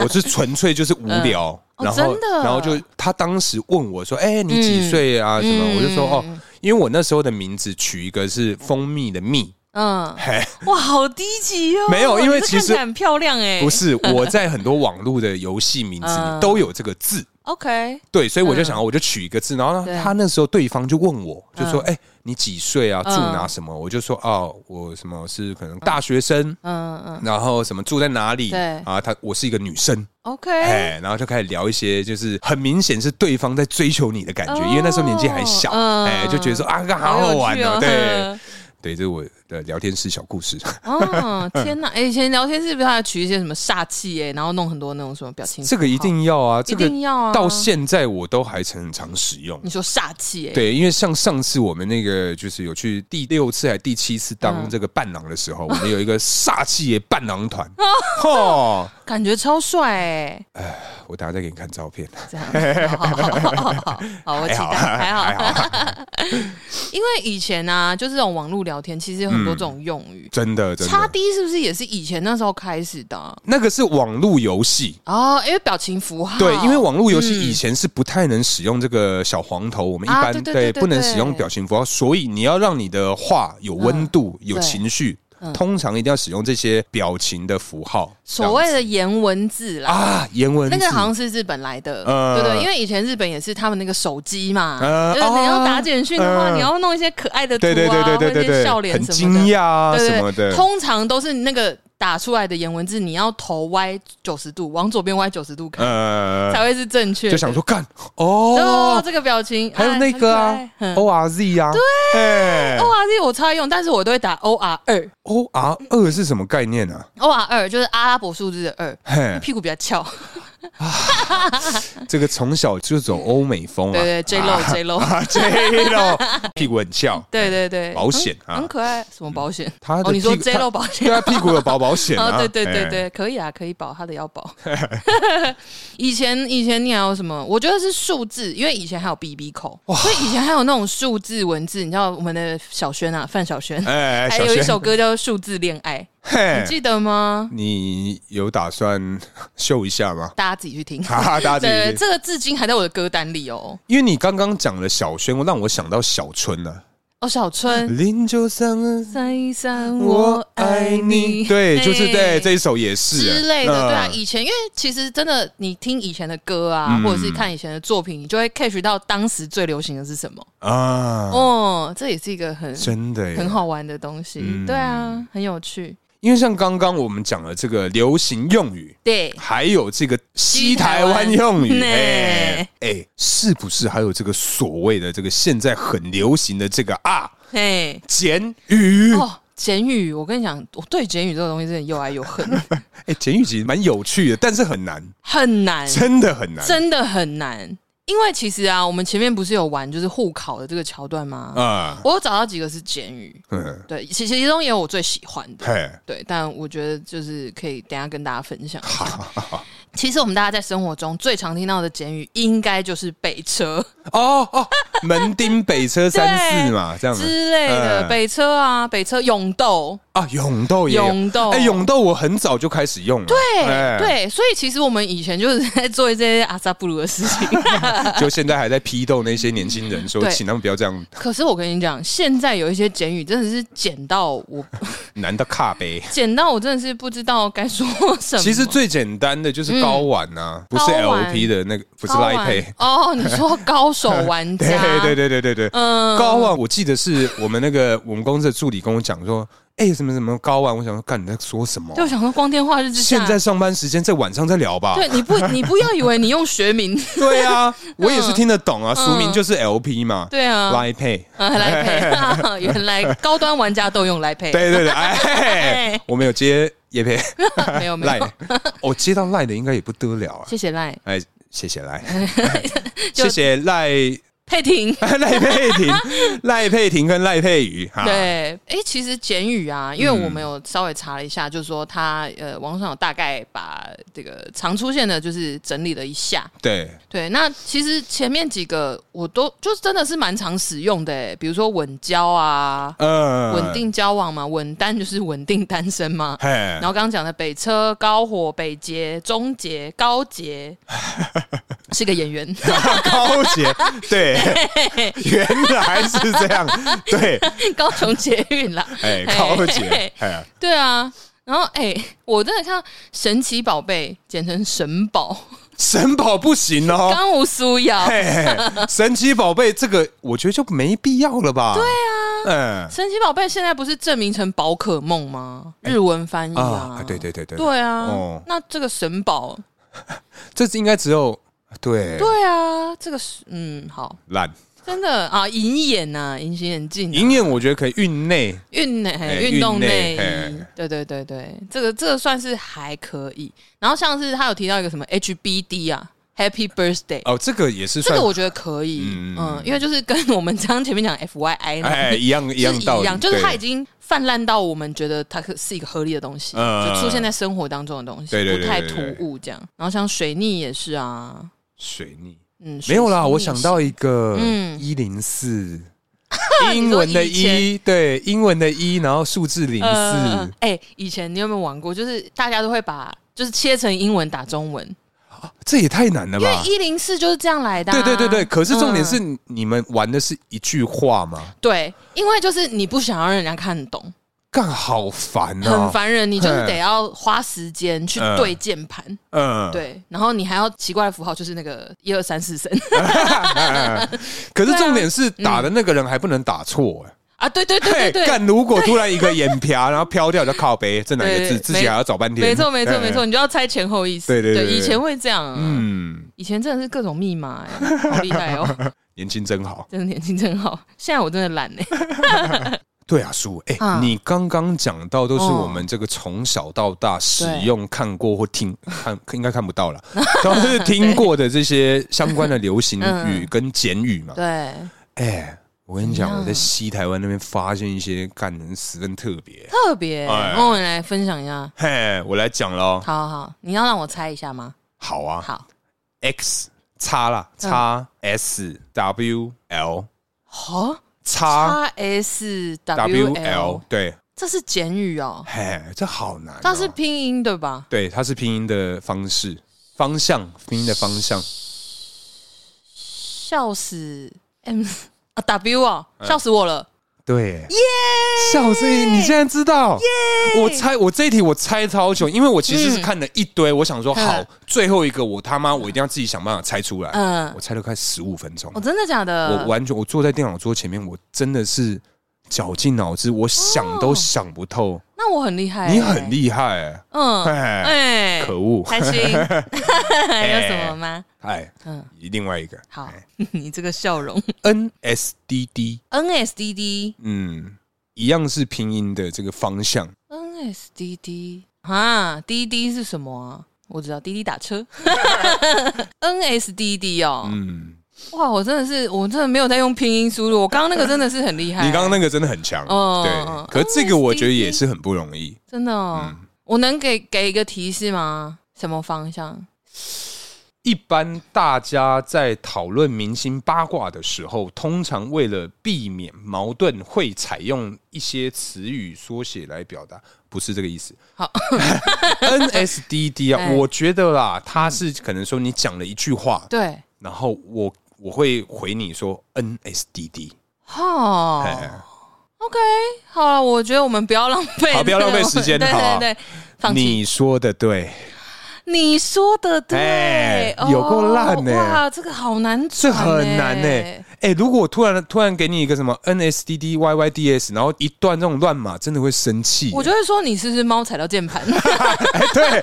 我是纯粹就是无聊。哦然后真，的然后就他当时问我说：“哎、你几岁啊？什么？”嗯我就说：“哦，因为我那时候的名字取一个是蜂蜜的蜜， 嗯，嘿，哇，好低级哦！没有因为你这看其起实来很漂亮哎， 不是我在很多网络的游戏名字里嗯都有这个字， OK，对，所以我就嗯想，我就取一个字。然后对呢，他那时候对方就问我，就说：“嗯哎、你几岁啊？住嗯哪什么？”我就说：“哦，我什么是可能大学生，嗯嗯然后什么住在哪里？对啊，他我是一个女生。” ，OK，哎，然后就开始聊一些，就是很明显是对方在追求你的感觉，哦因为那时候年纪还小，嗯哎，就觉得说啊，干好有好玩趣 哦，对嗯对，这是我的聊天室小故事，哦，天哪！哎，以前聊天是不是还取一些什么煞气哎，然后弄很多那种什么表情符号？ 这个一定要啊，这一个定要啊！到现在我都还很常使用。你说煞气哎，，对，因为像上次我们那个就是有去第六次还第七次当嗯这个伴郎的时候，我们有一个煞气的伴 郎团哦，感觉超帅哎，我等下再给你看照片，这样，好好好好好，好，我期还好待，还好，还好，因为以前啊，就是这种网络聊天，其实有很多这种用语。真的真叉的， D 是不是也是以前那时候开始的啊、那个是网络游戏。哦，因为表情符号。对，因为网络游戏嗯以前是不太能使用这个小黄头，我们一啊般对对对对不能对嗯使用表情符号，所以你要让你的话有温度、有对情绪，嗯通常一定要使用这些表情的符号。所谓这样的颜文字子啦，啊，言文那个字好像是日本来的，呃对对，因为以前日本也是他们那个手机嘛，呃就是你要打简讯的话，哦你要弄一些可爱的图啊，对对对对对或者对一些笑对，脸很什么惊的，讶啊对什对么的。通常都是那个打出来的颜文字，你要头歪九十度，往左边歪九十度看、才呃，会是正确的。就想说干哦，哦，这个表情，还有哎那个啊很可爱嗯哦，O R Z 啊，对 O R Z 我超爱用，但是我都会打 O R 二，O R 二是什么概念啊？ ，O R 二就是阿拉伯数字的二， 嘿，屁股比较翘。哦这个从小就走欧美风啊，对对，J Lo J Lo， 啊，J Lo 屁股很翘，对对对， 保险啊很很可爱。什么保险？他的哦，你说屁股 J Lo 他保险对？啊，屁股有保保险哦，啊，对对对哎，对，可以啊，可以保他的要保。 以前以前你还有什么？我觉得是数字，因为以前还有 BB 扣，所以以前还有那种数字文字。你知道我们的小轩啊，范晓萱， 哎，还小有一轩哎首歌叫《数字恋爱》，你嘿，记得吗？你有打算 秀一下吗？ 大家自己去听。哈哈，大家自对，己去，这个至今还在我的歌单里哦。因为你刚刚讲了小轩，让我想到小春啊了。哦，小春，零九三二，三一三，嗯我我爱爱你。你。对，就是对对这一首也是之类的，嗯对啊，以前因为其实真的，你听以前的歌啊，嗯或者是看以前的作品，你就会 catch 到当时最流行的是什么。啊，哦，这也是一个很真的耶很好玩的东西，嗯对啊，很有趣。因为像刚刚我们讲了这个流行用语，对，还有这个西台湾用语，呢 哎哎，是不是还有这个所谓的这个现在很流行的这个啊嘿，简语？哦，简语，我跟你讲，我对简语这个东西真的又爱又 恨，哎，简语其实蛮有趣的，但是 很难，很难，真的很难真的很难。因为其实啊，我们前面不是有玩就是互考的这个桥段吗？啊。我有找到几个是简语，嗯，对，其其中也有我最喜欢的。嘿，对，但我觉得就是可以等一下跟大家分享一下。其实我们大家在生活中最常听到的简语，应该就是北车哦 哦，门丁北车三四嘛，这样子之类的，嗯北车啊，北车永斗，啊。永豆也有，永豆，哎，永豆我很早就开始用了，对、哎，对，所以其实我们以前就是在做这些阿萨布鲁的事情。 就现在还在批斗那些年轻人，说对请他们不要这样，可是我跟你讲，现在有一些简语真的是简到我，难到卡呗。简到我真的是不知道该说什么。嗯其实最简单的就是高玩呐、不是高玩 LP 的那个，不不是 Line Pay。哦，你说高手玩家， 对对对对对对。嗯高玩，我记得是我们那个我们公司的助理跟我讲说，哎、什么什么高玩，我想说，干你在说什么啊就？想说光天化日之下，现在上班时间在晚上再聊吧。对你不你不要以为你用学名，对啊，我也是听得懂啊，俗名就是 LP 嘛。嗯对啊， Line Pay。啊来配， 原来高端玩家都用来配，对对对，哎 哎，我们有接叶配 哦没有没有， Line，我接到 Line 的应该也不得了啊。谢谢赖。哎，谢谢 赖，谢谢赖。佩婷赖佩婷、 赖佩婷跟赖佩瑜哈。对，哎、其实简语啊，因为我们嗯有稍微查了一下，就是说他呃，网上有大概把这个常出现的，就是整理了一下。对对，那其实前面几个我都就是真的是蛮常使用的、诶比如说稳交啊，呃，稳，定交往嘛，稳单就是稳定单身嘛。嘿，然后刚刚讲的北车、高火、北捷、中捷、高 捷，是个演员。 高姐，对，原来是这样，对，高雄捷运啦。 哎，嘿高嘿嘿姐，哎，对啊，然后哎、我真的看到神奇宝贝简称神宝，神宝不行哦。刚无苏瑶。嘿嘿，神奇宝贝这个，我觉得就没必要了吧？对啊，神奇宝贝现在不是证明成宝可梦吗？日文翻译嗯啊啊，对对对对，对啊，哦那这个神宝，这应该只有对对啊，这个是嗯，好，烂真的啊，银眼呐、啊，隐形眼镜、啊，银眼，我觉得可以运内运内哎运动运内内衣哎，对对对对，这个这个算是还可以。然后像是他有提到一个什么 HBD 啊，Happy Birthday，哦，这个也是这算个我觉得可以，嗯嗯因为就是跟我们刚刚前面讲 F Y I 哎一样一样道一理样，，就是它对已经泛滥到我们觉得它可是一个合理的东西，嗯就出现在生活当中的东西，对对不对太对突对兀这样。然后像水逆也是啊，水逆嗯，没有啦，水逆我想到一个嗯一 零四。你说英文的以前一，对，英文的一，然后数字零是呃四，哎、以前你有没有玩过？就是大家都会把就是切成英文打中文，这也太难了因为吧？一零四就是这样来的、啊。对对对对，可是重嗯点是你们玩的是一句话吗？对，因为就是你不想让人家看懂，干好烦很啊！烦人，你就是嘿得要花时间去嗯对键盘。嗯，对，然后你还要奇怪的符号，就是那个一二三 四声 可是对啊重点是打的那个人还不能打错，哎啊，对对对对嘿对，干！如果突然一个眼皮啊，然后飘掉就靠背，这哪个对字对自己还要找半天？哎没错没错对没错，。你就要猜前后意思。对对对对以前会这样、啊，嗯，嗯，以前真的是各种密码、哎，好厉害 哦，年轻真好。真的年轻真好。现在我真的懒 哎、对啊，叔，哎、啊你刚刚讲到都是哦我们这个从小到大使用、看过或听看， 应该看不 到了，都是听过的这些相关的流行语跟简语嘛。嗯对，哎、我跟你怎讲，样我在西台湾那边发现一些干人十分特别。特别、哦哎那我们来分享一下。嘿，我来讲喽。好好好，你要让我猜一下吗？好啊好，嗯，X 叉啦，叉 S W L 好哦叉，R S W W L， L，对，这是简语哦，嘿，这好难、哦。它是拼音对吧？对，它是拼音的方式方向，拼音的方向。笑死 M 啊 W 哦，嗯笑死我了！对，耶！笑死你！你竟然知道？我猜我这一题我猜超久，因为我其实是看了一堆，我想说嗯好，最后一个我他妈我一定要自己想办法猜出来。嗯我猜了快十五分钟哦，，真的假的？我完全我坐在电脑桌前面，我真的是绞尽脑汁，我想哦都想不透。那我很厉害、欸你很，厉害，嗯， 哎，哎、可恶！开 心， 有什么吗？哎，嗯，另外一个好， 你这个笑容 NSDD， ，NSDD，NSDD 嗯，一样是拼音的这个方向。啊，DD 是什么啊？我知道滴滴打车 ，NSDD 哦，嗯，哇，我真的是，我真的没有在用拼音输入，我刚刚那个真的是很厉害，你刚刚那个真的很强，哎哦对。可这个我觉得也是很不容易。真的哦，嗯我能给给一个提示吗？什么方向？一般大家在讨论明星八卦的时候，通常为了避免矛盾，会采用一些词语缩写来表达，不是这个意思。 好，NSDD 啊，哎我觉得啦，他是可能说你讲了一句话，对，然后我我会回你说 NSDD，哈、哎 OK，好了，我觉得我们不要浪费，好不要浪费时间对好啊对对，放弃。你说的对，你说的对，哎有够烂呢哦哇，这个好难欸转这呢，很难呢、哎、如果我突然突然给你一个什么 NSDD YYDS，然后一段这种乱码，真的会生气、欸 我就会说你是不是猫踩到键盘？哎对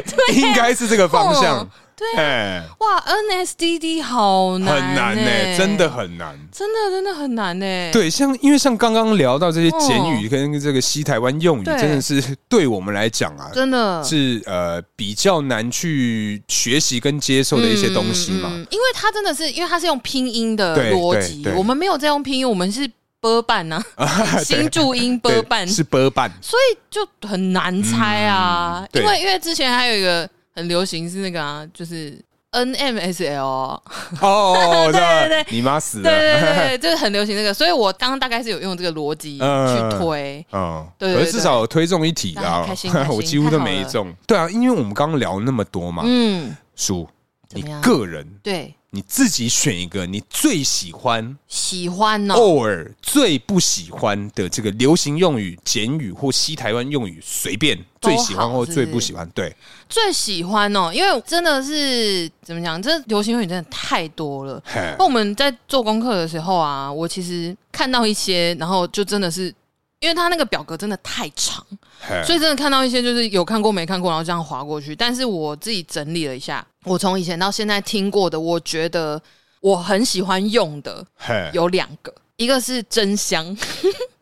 对，应该是这个方向 哦。对对啊，哎，哇，NSDD 好很难、难呢、欸真的，很难。真的，真的很难呢、欸。对，像因为像刚刚聊到这些简语跟这个西台湾用语，哦对真的是对我们来讲啊，真的是呃比较难去学习跟接受的一些东西嘛。嗯嗯因为它真的是，因为它是用拼音的对逻辑对，对我们没有在用拼音，我们是波半呐、啊，新注音波对，半，是波半，所以就很难猜啊。对因为因为之前还有一个很流行是那个啊，就是 NMSL，啊、哦， 对那对你妈死对了，对对对，就是很流行那个，所以我刚刚大概是有用这个逻辑嗯去推。嗯，对对可对是至少有推中一题那啦 开心开心我几乎都没中。对啊，因为我们刚刚聊那么多嘛，嗯，叔，怎你么样个人对，你自己选一个你最喜欢、喜欢哦，偶尔最不喜欢的这个流行用语、简语或西台湾用语，随便都最好喜欢或是不是最不喜欢。对，最喜欢哦，因为真的是怎么讲，这流行语真的太多了。嘿那我们在做功课的时候啊，我其实看到一些，然后就真的是，因为他那个表格真的太长，嘿所以真的看到一些就是有看过没看过，然后这样划过去。但是我自己整理了一下，我从以前到现在听过的，我觉得我很喜欢用的嘿有两个。一个是真 香，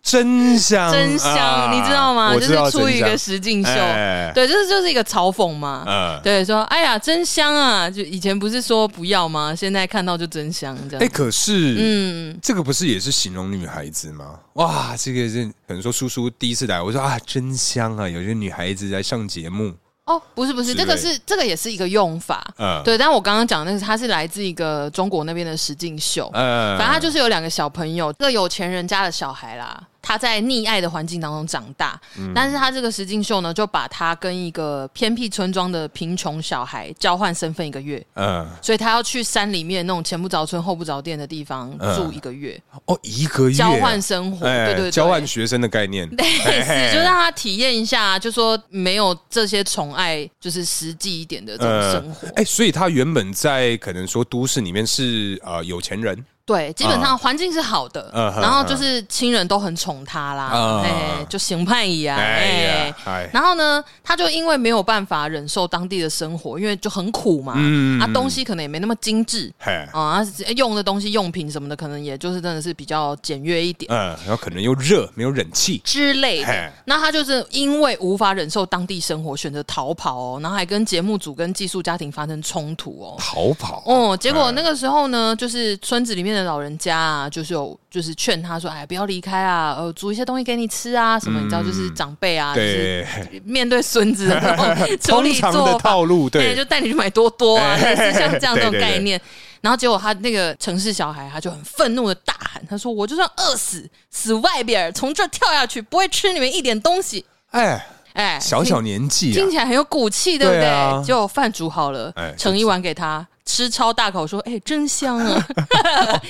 真香，真香，啊你知道吗？我就知道是出于一个真实境秀，香哎对，这就是一个嘲讽嘛。嗯，对，说哎呀，真香啊！就以前不是说不要吗？现在看到就真香这样。哎，可是，嗯，这个不是也是形容女孩子吗？哇，这个是可能说叔叔第一次来，我说啊，真香啊！有些女孩子在上节目，哦，不是不是，之这个类是这个也是一个用法。呃，对，但我刚刚讲的那是它是来自一个中国那边的实境秀。呃，反正他就是有两个小朋友，这个有钱人家的小孩啦，他在溺爱的环境当中长大，嗯但是他这个石境秀呢，就把他跟一个偏僻村庄的贫穷小孩交换身份一个月，呃，所以他要去山里面那种前不着村后不着店的地方嗯住一个月，哦，一个月啊交换，生活，哎对对对，交换学生的概念， 类似，就让他体验一下，就说没有这些宠爱，就是实际一点的这种生活。哎，所以他原本在可能说都市里面是呃有钱人，对，基本上环境是好的，啊嗯哼然后就是亲人都很宠他啦，嗯哎、就行叛逆啊，哎哎呀，。哎，然后呢，他就因为没有办法忍受当地的生活，因为就很苦嘛，嗯啊，东西可能也没那么精致嘿，啊，啊用的东西、用品什么的，可能也就是真的是比较简约一点。嗯，然后可能又热，没有忍气，之类嘿的。那他就是因为无法忍受当地生活，选择逃跑哦，然后还跟节目组跟寄宿家庭发生冲突哦。逃跑，哦，结果那个时候呢，就是村子里面的老人家啊，就是有就是劝他说：“哎，不要离开啊，呃，煮一些东西给你吃啊，什么、你知道，就是长辈啊，就是嗯对，面对孙子的那 种处通理常做的法，套路，对，对，就带你去买多多 啊，类似像这样这对种对对概念。然后结果他那个城市小孩，他就很愤怒的大喊：“他说我就算饿死，死外边儿，从这儿跳下去，不会吃你们一点东西。哎，”哎，小小听年纪啊听，起来很有骨气，对不对？对啊结果饭煮好了哎，盛一碗给他，吃超大口，说：“哎，真香 啊！”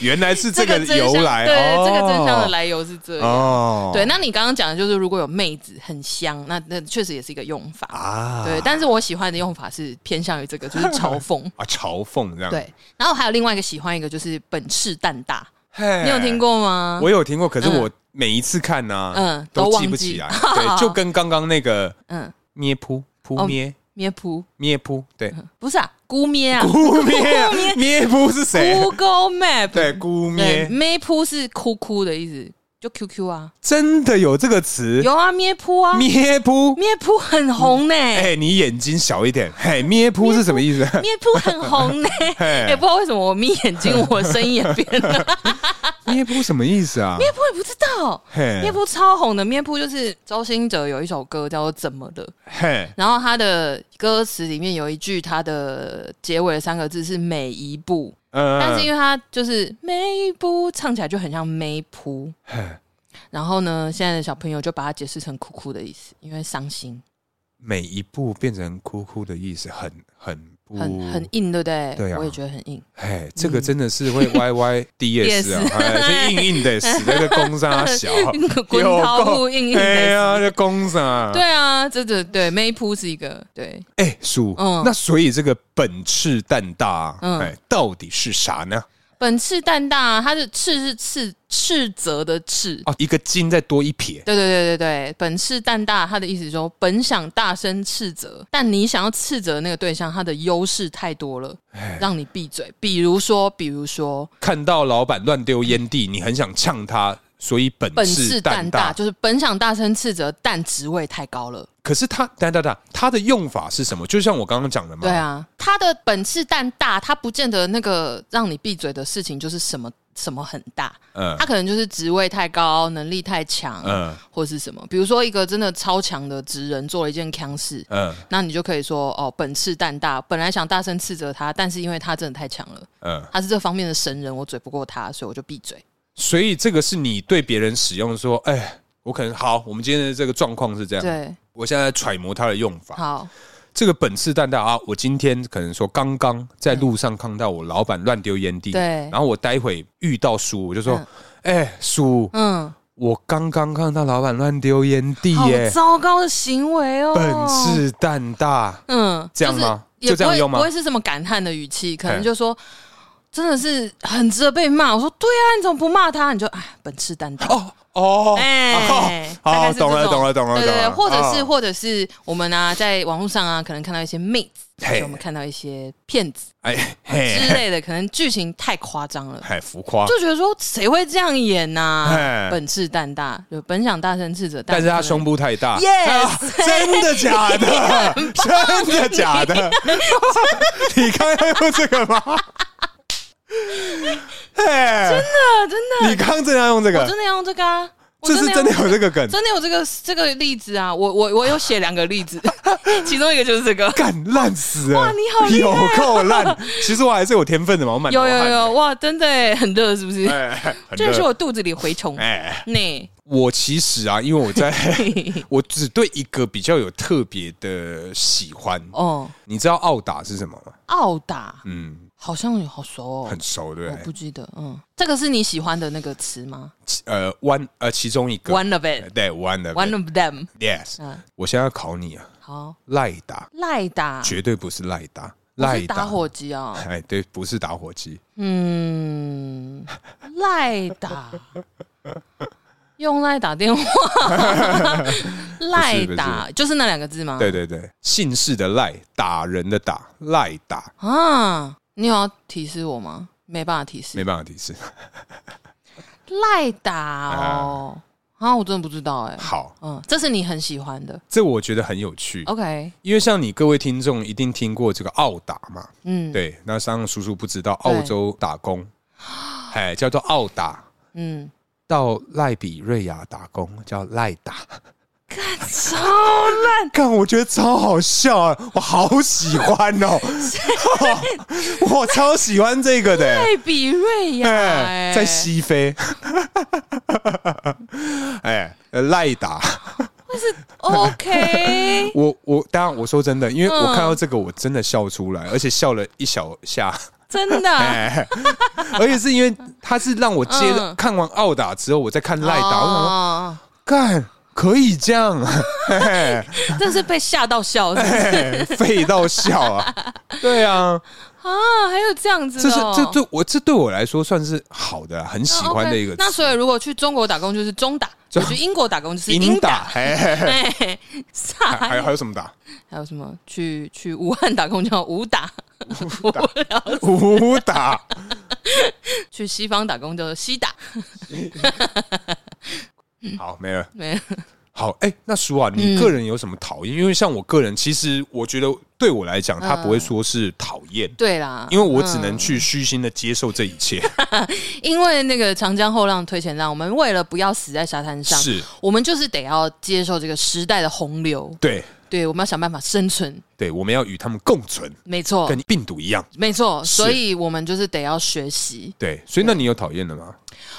原来是这个真由香来，对，哦这个真香的来由是这样。哦，对，那你刚刚讲的就是，如果有妹子很香，那那确实也是一个用法。啊，对，但是我喜欢的用法是偏向于这个，就是嘲讽。啊，嘲讽这样。，对，然后还有另外一个喜欢一个就是本赤蛋大，嘿你有听？过吗？哎我有听过，可是嗯我每一次看呢，嗯都都记不忘记起来。对， 就跟刚刚那个嗯，咩扑扑哦咩咩扑咩扑，对， 不是啊，姑咩啊扑 咩啊咩扑是谁？ ，Google Map 对，姑对咩，咩扑是哭哭的意思，就 QQ 啊，真的有这个词？有啊咩扑啊，呃咩扑？咩扑很红呢，哎，你眼睛小一点。嘿，咩扑是什么意思？咩扑很 红呢，也嘿，不知道为什么我眯眼睛，我声音也变哎了，咩扑什么意思啊？咩扑也不知道。咩嘿，扑超红的，咩扑就是周兴哲有一首歌叫做《怎么了》，哎嘿，然后他的歌词里面有一句，他的结尾的三个字是每一步，嗯但是因为他就是每一步唱起来就很像每铺，嘿然后呢，现在的小朋友就把它解释成哭哭的意思，因为伤心，每一步变成哭哭的意思，很很不很很硬，对不对？哦对啊我也觉得很硬。哎，这个真的是嗯会 Y Y D S 啊， Yes 哎，这硬硬的死在这攻 杀小，滚刀路硬硬的哎呀，这攻杀。对，啊，这这对每铺是一个对，哎，叔嗯，那所以这个本赤蛋大，啊嗯哎，到底是啥呢？本赤蛋大、啊，它的赤是赤斥责的斥。啊，一个金再多一撇，对对对对对，本赤蛋大，它的意思说本想大声斥责，但你想要斥责的那个对象，他的优势太多了，哎让你闭嘴。比如说，比如说看到老板乱丢烟蒂，你很想呛他，所以本本事赤蛋蛋大，就是本想大声斥责，但职位太高了。可是他，等等等，他的用法是什么？就像我刚刚讲的嘛，对啊，他的本事但大，他不见得那个让你闭嘴的事情就是什么什么很大，嗯他可能就是职位太高，能力太强，嗯或是什么。比如说一个真的超强的职人做了一件腔事，嗯那你就可以说哦，本事但大，本来想大声斥责他，但是因为他真的太强了，嗯，他是这方面的神人，我嘴不过他，所以我就闭嘴。所以这个是你对别人使用说，哎，我可能好，我们今天的这个状况是这样，对，我现在揣摩他的用法，好，这个本事蛋大啊，我今天可能说刚刚在路上看到我老板乱丢烟蒂，嗯对然后我待会遇到叔，我就说嗯，哎，叔，嗯，我刚刚看到老板乱丢烟蒂好耶，糟糕的行为哦，本事蛋大，嗯，这样就是吗也就这样不会用吗不会是什么感叹的语气，可能嘿就说真的是很值得被骂。我说对啊，你怎么不骂他？你就哎，本事担当。哦哦，哎哦，大概哦，是这种懂了懂了懂了对懂对对，了，或者是哦或者是我们啊，在网络上啊，可能看到一些妹子，或嘿者我们看到一些骗子哎嘿之类的，可能剧情太夸张 了，哎，浮夸。就觉得说谁会这样演呐？嘿本事蛋大，就本想大声斥责，但是他可能胸部太大 Yes 啊真的假 的？真的假的？你刚才用这个吗？ 哎，真啊真的，的，你刚刚真的要用这我个？真的要用这个啊，我这是要真的有这个梗？真的有这个这个例子啊！我我我有写两个例子， 其中一个就是这 个。干烂死了！哇你好厉啊有够烂！其实我还是有天分的嘛，我满头有汗有有，哇，真的耶很热，是不是？哎，很这个是热我肚子里蛔虫。哎。那我其实啊，因为我 在，我只对一个比较有特别的喜欢。哦，你知道奥打是什么吗？澳打嗯，好像有好熟哦很，熟，哎对我不对不？记得。嗯，这个是你喜欢的那个词吗其呃，one 呃，其中一个？One of 呃 it, 对 one 的 one of them。 yes。嗯，我现在要考你啊，好，赖打赖打绝对不是赖打，不赖是打火机哦。 哎，对，不是打火机，嗯，赖 打，用赖打电话， 赖打就是那两个字吗？对对对，姓氏的赖，打人的打，赖打，啊，你有要提示我吗？没办法提没示，办法提示。嗯赖打哦，啊，我真的不知道哎、好，嗯，这是你很喜欢的这我觉得很有趣， ，OK，因为像你各位听众一定听过这个澳打嘛，嗯，，对，那商叔叔不知道对澳洲打 工，哎，叫做澳打，嗯，到赖比瑞亚打工叫赖打。超烂，看，我觉得超好笑啊！我好喜欢 哦，我超喜欢这个的、对比瑞 亚、哎哎，在西非， 哎，呃赖打， ，OK，我我当然我说真的，因为嗯我看到这个我真的笑出来，而且笑了一小下，真的，啊哎，而且是因为他是让我接嗯看完奥打之后，我再看赖打，我想说哦干可以这样，哎这是被吓到笑是不是哎废到笑啊，对啊，啊，还有这样子这的是哦、这对我这对我来说算是好的，很喜欢的一个那 OK，那词。所以如果去中国打工就是中打，我去英国打工就是英英打，，嘿嘿嘿哎，傻还还有眼还有什 么打？还有什么？去去武汉打工叫武打，武打， 去西方打工叫做西打，好没了。没 有好，哎，那叔啊，你嗯个人有什么讨厌？因为像我个人，其实我觉得对我来讲，他不会说是讨厌，对啦，因为我只能嗯去虚心的接受这一切。因为那个长江后浪推前浪，我们为了不要死在沙滩上， 是，我们就是得要接受这个时代的洪流，对对，我们要想办法生存，对，我们要与他们共存，没错跟，病毒一样。没错，是所以我们就是得要学习，对，所以那你有讨厌的吗？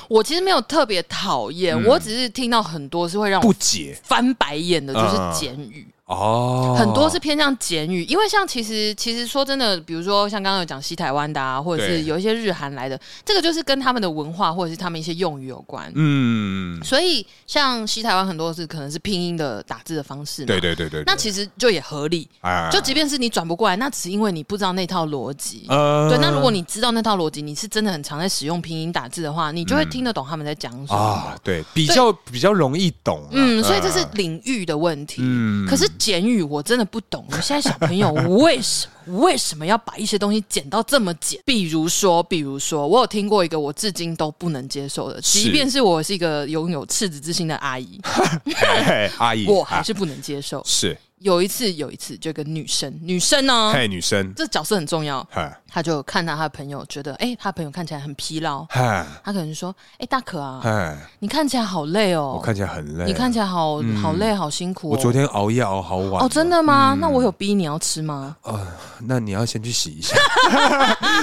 我其实没有特别讨厌，我只是听到很多是会让我嗯不解翻白眼的，就嗯是简语。哦，很多是偏向简语，因为像其实其实说真的，比如说像刚刚有讲西台湾的啊，或者对是有一些日韩来的，这个就是跟他们的文化或者是他们一些用语有关。嗯，所以像西台湾很多是可能是拼音的打字的方式嘛，对对对对，那其实就也合理。哎就即便是你转不过来，那只是因为你不知道那套逻辑。呃对，那如果你知道那套逻辑，你是真的很常在使用拼音打字的话，你嗯就会听得懂他们在讲什么。啊，对，比较比较容易懂啊， 嗯，所以这呃是领域的问题。嗯可是简语我真的不懂，我现在小朋友为什么为什么要把一些东西剪到这么简？比如说，比如说，我有听过一个我至今都不能接受的，是即便是我是一个拥有赤子之心的阿姨，嘿嘿阿姨，我还啊是不能接受。是有一次，有一次，就有个女生，女生呢，嘿女生，这角色很重要，哈她就看到她的朋友，觉得哎、诶她朋友看起来很疲劳，哈她可能说，哎、大可啊，哈，你看起来好累哦，我看起来很累，你看起来好、好累，好辛苦、哦。我昨天熬夜熬好晚哦，真的吗？嗯那我有逼你要吃吗？呃，那你要先去洗一下，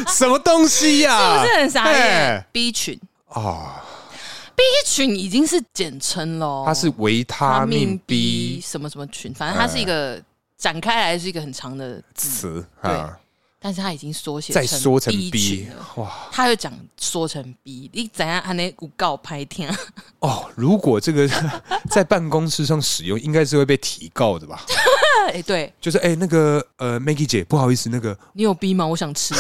什么东 西呀？这很傻哎耶！B 群啊， ，B 群已经是简称喽，它是维他命 B B 哎什么什么群，反正它是一个展开来是一个很长的字，词啊，但是它已经缩写再缩成 B 群 B 了。哇他就讲缩成 B，你怎样还能有告拍天？哦！如果这个 在办公室上使用，应该是会被提告的吧？ 哎，对就是哎、那个呃，Maggie 姐，不好意思，那个你有 B 吗？我想吃。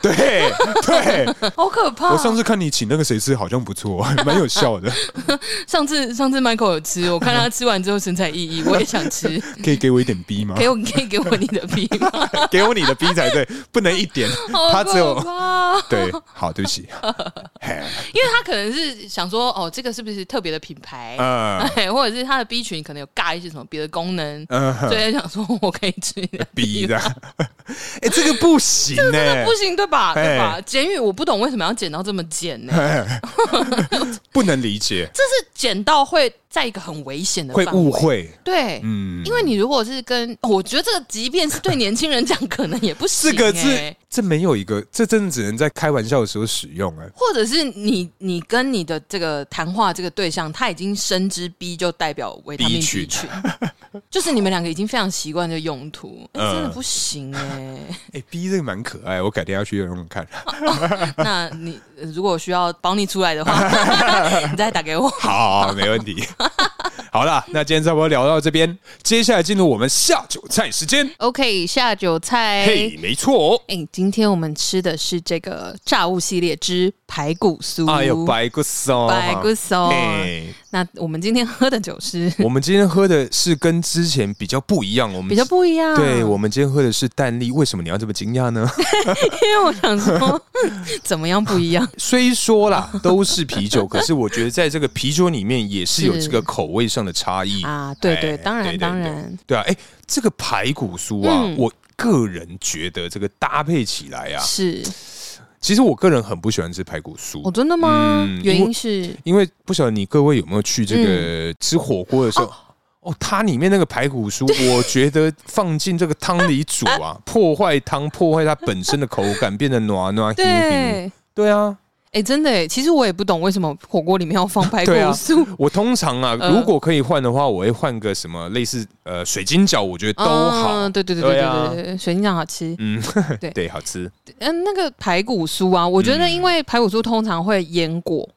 对对， 好可怕！我上次看你请那个谁吃，好像不错， 蛮有效 的，上次上次 Michael 有吃，我看 他吃完之后神采奕奕，我也想吃。可以给我一点 B 吗？ 给我，你可以给我你的 B 吗？ 给我你的 B 才对，不能一点， 好 他只可有怕！ 对，好，对不 起，嘿因为他可能是想说，哦，这个是不是特别的品牌？ 呃哎，或者是他的 B 群可能有尬一些什么别的功能，呃所以他想说我可以吃你的，B 的，哎，这个 不行呢不，行对吧？ 哎对吧？简语我不懂为什么要剪到这么剪呢？不能理解，这是剪到会在一个很危险的会范围误会，对，嗯，因为你如果是跟，哦我觉得这个即便是对年轻人讲，可能也不行、这欸。个字这没有一个，这真的只能在开玩笑的时候使用哎。或者是你你跟你的这个谈话这个对象，他已经深知 B 就代表维他命 B B 群群，就是你们两个已经非常习惯这个用途，哎嗯真的不行哎、哎，B 这个蛮可爱，我改天要去用用 看。那你呃如果需要保你出来的 话，你再打给我。好没问题。 好了，那今天差不多聊到这边，接下来进入我们下酒菜时间。 OK，下酒菜。嘿，没错哦。哎、今天我们吃的是这个炸物系列之排骨酥。哎呦，白骨松，排骨酥。 哎，那我们今天喝的酒是我们今天喝的是跟之前比较不一样，我们比较不一样。对，我们今天喝的是蛋力，为什么你要这么惊讶 呢？因为我想说 怎么样不一样。虽说啦，都是啤酒，可是我觉得在这个啤酒里面也是有是这个口味上的差异啊对对哎当然对对当对然对啊，哎，这个排骨酥啊，嗯我个人觉得这个搭配起来啊，是，其实我个人很不喜欢吃排骨酥。哦，真的吗？嗯原因为因是因为不晓得你各位有没有去这嗯个吃火锅的时候。哦它里面那个排骨酥，我觉得放进这个汤里煮 啊，破坏汤，破坏它本身的口感，变得暖暖。对，对，哎、对啊，真的哎，其实我也不懂为什么火锅里面要放排骨对啊酥， 我通常啊，呃如果可以换的话，我会换个什么类似呃水晶饺，我觉得都好嗯。对对对对对对啊对对，水晶饺好吃。嗯， 对对，好吃嗯，那个排骨酥啊，我觉得嗯因为排骨酥通常会腌过，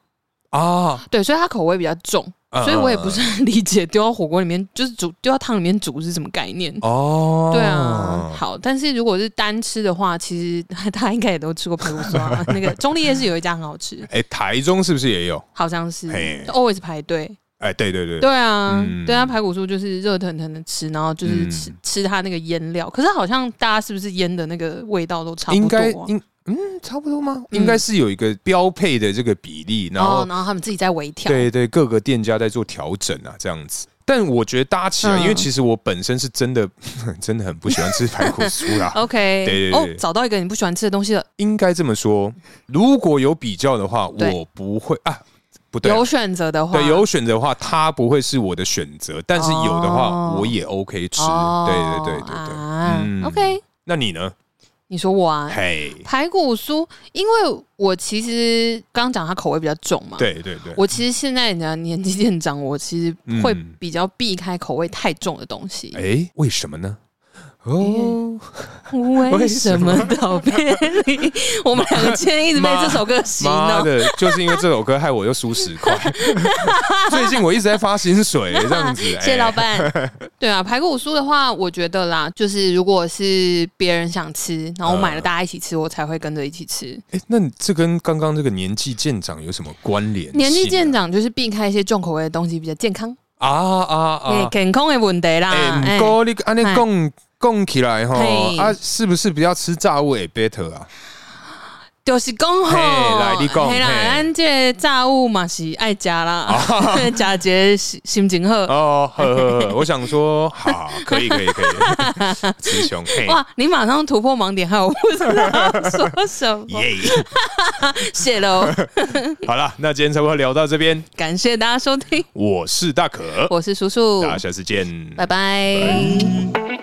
啊，对，所以它口味比较重，嗯 所以我也嗯不是很理解丢到火锅里面，就是煮丢到汤里面煮是什么概念。哦，对啊，好，但是如果是单吃的话，其实 大家应该也都吃过排骨酥啊。那个中立夜市有一家很好吃，哎，台中是不是也有？好像是嘿就 always 排队。哎，对对对，对啊，嗯对啊，排骨酥就是热腾腾的吃，然后就是吃、嗯吃它那个腌料。可是好像大家是不是腌的那个味道都差不多、啊？应该应嗯差不多吗？应该是有一个标配的这个比例，然后哦，然后他们自己在微调。对对，各个店家在做调整啊，这样子。但我觉得搭起来，嗯。因为其实我本身是真的 真的很不喜欢吃排骨酥啦，OK， 对对对哦，找到一个你不喜欢吃的东西了，应该这么说，如果有比较的话，对我不会啊，不对啊，有选择的话，对有选择的话，它不会是我的选择，但是有的话，哦我也 OK 吃。哦，对对对对对，啊嗯 o k 那你呢？你说我啊，嘿，排骨酥，因为我其实刚讲它口味比较重嘛，，对对对，我其实现在你知道年纪渐长，我其实会嗯比较避开口味太重的东西。哎，为什么呢？哦， 为什么道别离？我们两个今天一直被这首歌洗妈脑。的，就是因为这首歌害我又输十 块。最近我一直在发薪水，这样 子。谢 谢哎老板。对啊，排骨酥的话，我觉得啦，就是如果是别人想吃，然后我买了嗯大家一起吃，我才会跟着一起吃。哎、那你这跟刚刚这个年纪渐长有什么关联性啊？年纪渐长，就是避开一些重口味的东西，比较健康，啊啊哎，啊！健康的问题啦。哎、哎不过你安尼哎供供起来哈嘿啊，是不是不要吃炸物也 better 啊？就是讲吼，嘿来你讲嘿啦，嘿咱这个炸物嘛是爱食啦， 食节心心情好。哦，呵呵呵，我想说，好，可以可以可以，雌雄嘿。哇，你马上突破盲点， 害我不知道说什 么。耶谢喽，好了，那今天差不多聊到这边。感谢大家收听，我是大可，我是叔叔大，家下次见，拜拜。拜